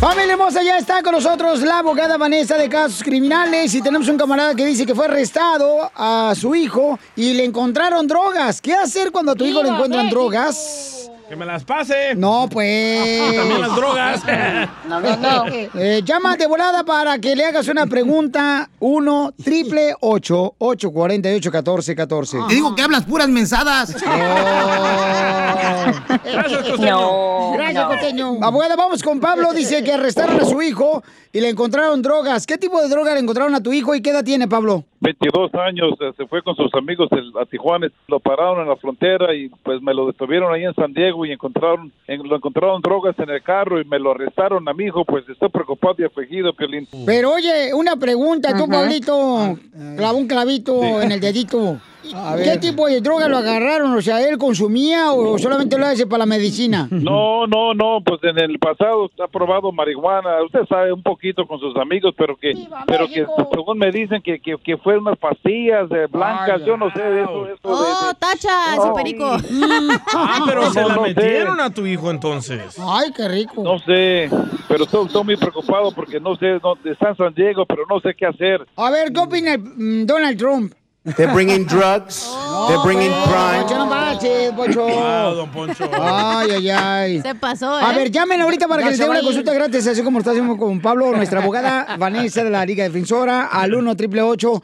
Familia hermosa, ya está con nosotros la abogada Vanessa de casos criminales y tenemos un camarada que dice que fue arrestado a su hijo y le encontraron drogas. ¿Qué hacer cuando a tu hijo le ¡Viva encuentran México! drogas? Que me las pase. No, pues. También las drogas. No, no, no. Eh, llama de volada para que le hagas una pregunta. 1 triple 8 848 1414 Te digo que hablas puras mensadas. Oh. Eh, Gracias, Costeño. No, Gracias, no. Costeño. Abogada, vamos con Pablo. Dice que arrestaron a su hijo y le encontraron drogas. ¿Qué tipo de droga le encontraron a tu hijo y qué edad tiene, Pablo? 22 años, eh, se fue con sus amigos el- a Tijuana, lo pararon en la frontera y pues me lo detuvieron ahí en San Diego y encontraron, en- lo encontraron drogas en el carro y me lo arrestaron a mi hijo, pues estoy preocupado y afligido, Piolín. Pero oye, una pregunta. Tú, Ajá. Pablito, clavó un clavito en el dedito. ¿Qué ver. tipo de droga lo agarraron? O sea, ¿él consumía o solamente lo hace para la medicina? No, no, no, pues en el pasado ha probado marihuana, usted sabe un poquito con sus amigos, pero que, pero que según me dicen que, que, que fue unas pastillas eh, blancas, yo no sé de eso, eso de- ¡Oh, tacha! ese Oh. perico! Ah, pero se No, la no sé. metieron a tu hijo entonces. Ay, qué rico. No sé, pero estoy, estoy muy preocupado porque no sé, no, está en San Diego, pero no sé qué hacer. A ver, ¿qué opina el, mm, Donald Trump? They're bringing drugs, No, pues, Poncho, no marches, Poncho. Ah, don Poncho. Ay, ay, ay. Se pasó, ¿eh? A ver, llamen ahorita para Ya que les se dé va una a ir. consulta gratis, así como está haciendo con Pablo, nuestra abogada Vanessa de la Liga Defensora, al 1 888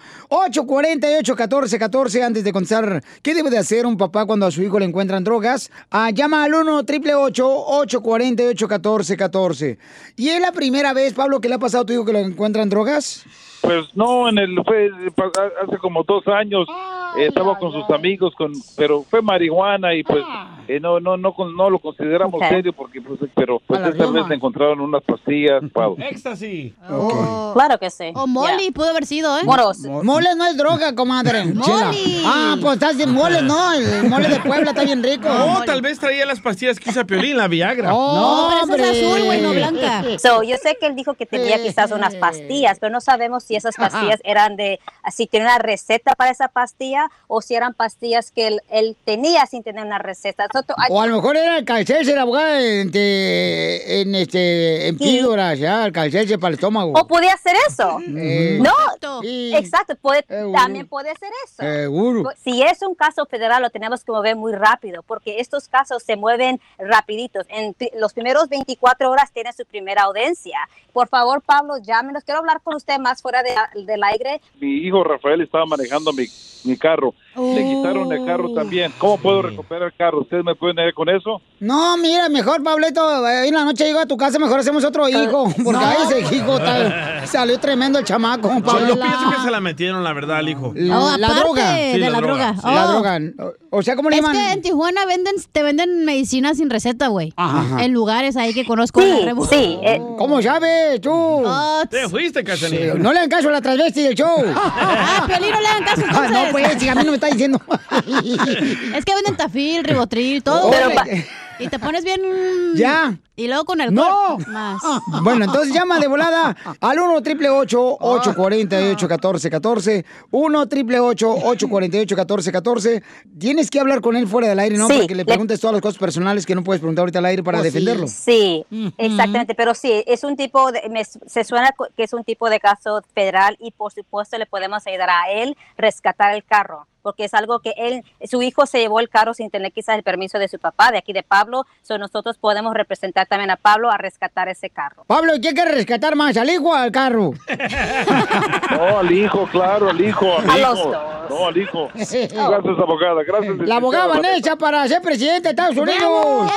848 1414 antes de contestar qué debe de hacer un papá cuando a su hijo le encuentran drogas. Ah, llama al 1 888 848 1414 ¿Y es la primera vez, Pablo, que le ha pasado a tu hijo que le encuentran drogas? Pues no, en el fue pa- hace como dos años eh, estaba con sus amigos, con pero fue marihuana y pues eh, no no no con- no lo consideramos Ok. serio porque pues, pero pues A la esta Roma. vez encontraron unas pastillas para Éxtasis. Oh, Claro que sí. O Molly, pudo haber sido, ¿eh? Moros. Mole no es droga, comadre. Mole. Ah, pues estás de mole, no. El mole de Puebla está bien rico. Oh, tal vez traía las pastillas que usa Piolín, la Viagra. Oh, So, yo sé que él dijo que tenía quizás unas pastillas, pero no sabemos si esas pastillas eran de, si tiene una receta para esa pastilla o si eran pastillas que él, él tenía sin tener una receta. So, to- O a lo mejor era el calcese, la abogada, en, te- en, este, en píldoras, ya, el calcese para el estómago. o podía hacer eso. Eh, No, Exacto. exacto, puede- también puede ser eso. Seguro. Pues, Si es un caso federal, lo tenemos que mover muy rápido, porque estos casos se mueven rapiditos. En pri- los primeros 24 horas tienen su primera audiencia. Por favor, Pablo, llámenos. Quiero hablar con usted más fuera de, del aire. mi hijo Rafael estaba manejando mi, mi carro. Le quitaron el carro también. ¿Cómo puedo recuperar el carro? ¿Ustedes me pueden ayudar con eso? No, mira, mejor, Pableto, hoy en la noche llego a tu casa, mejor hacemos otro hijo. Porque no. ay, ese hijo está- salió tremendo el chamaco, Yo, Pablo. yo pienso que se la metieron, la verdad, al hijo. Oh, La- la droga. Sí, sí. La droga. O o sea, ¿cómo le es llaman? que en Tijuana venden, te venden medicina sin receta, güey. Ajá. En lugares ahí que conozco. Sí, en la Rebu- Oh. sí, eh. ¿Cómo sabes tú? Te fuiste, Cachanilla. No le hagan caso a la transvesti del show. Ah, Piolín, no le hagan caso, Ah, No, entonces. pues, si a mí no me está diciendo. Es que venden tafil, ribotril, todo. Pero güey. pa- y te pones bien. Ya. Y luego con el No. Ah, Más. Bueno, entonces llama de volada al 1 triple 848 1414 1 triple 848 1414 Tienes que hablar con él fuera del aire, ¿no? Sí, Porque le le- preguntes todas las cosas personales que no puedes preguntar ahorita al aire para Oh, sí. defenderlo. Sí, exactamente, pero sí, es un tipo de, me- se suena co- que es un tipo de caso federal y por supuesto le podemos ayudar a él rescatar el carro, porque es algo que él, su hijo se llevó el carro sin tener quizás el permiso de su papá, de aquí de Pablo, so nosotros podemos representar también a Pablo a rescatar ese carro. Pablo, ¿y ¿qué quieres rescatar más? ¿Al hijo o al carro? No, al hijo, claro, al hijo, al A hijo. los No, al hijo. Gracias, abogada, gracias. La abogada Vanessa para ser presidente de Estados Unidos.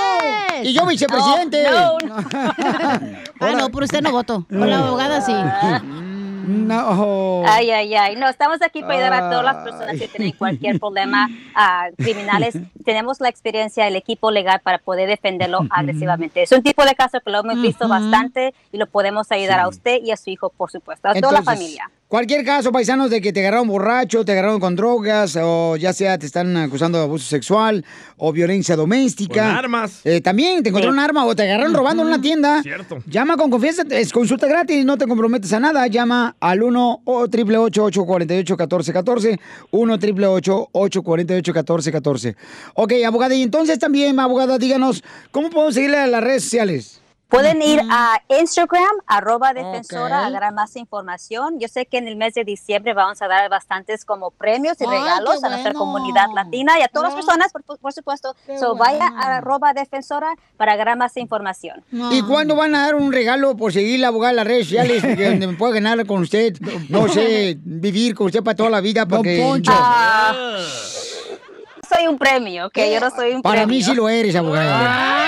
Y yo vicepresidente. Oh, Ah, no, por usted no voto. Con la abogada sí. Ah, No. Ay, ay, ay. No, estamos aquí para ayudar a todas las personas que tienen cualquier problema ah, criminales. Tenemos la experiencia, el equipo legal para poder defenderlo agresivamente. Es un tipo de caso que lo hemos visto bastante y lo podemos ayudar a usted y a su hijo, por supuesto, a toda la Entonces, familia. Cualquier caso, paisanos, de que te agarraron borracho, te agarraron con drogas, o ya sea te están acusando de abuso sexual o violencia doméstica. Con armas. Eh, también te encontraron un arma o te agarraron robando en una tienda. Cierto. Llama con confianza, es consulta gratis, no te comprometes a nada. Llama al 1 888 848 1414 1 888 848 1414 Ok, abogada, y entonces también, abogada, díganos, ¿cómo podemos seguirle a las redes sociales? Mm, Pueden ir a Instagram, arroba defensora, a dar más información. Yo sé que en el mes de diciembre vamos a dar bastantes como premios y Ay, regalos qué a nuestra bueno. comunidad latina y a todas las personas, por, por supuesto. So, vaya a arroba defensora para agarrar más información. ¿Y cuándo van a dar un regalo por seguir la abogada en las redes sociales que donde me pueda ganar con usted? No sé, vivir con usted para toda la vida. Porque... Ah, soy un premio, ¿ok? Yo no soy un Para premio. mí sí lo eres, abogada.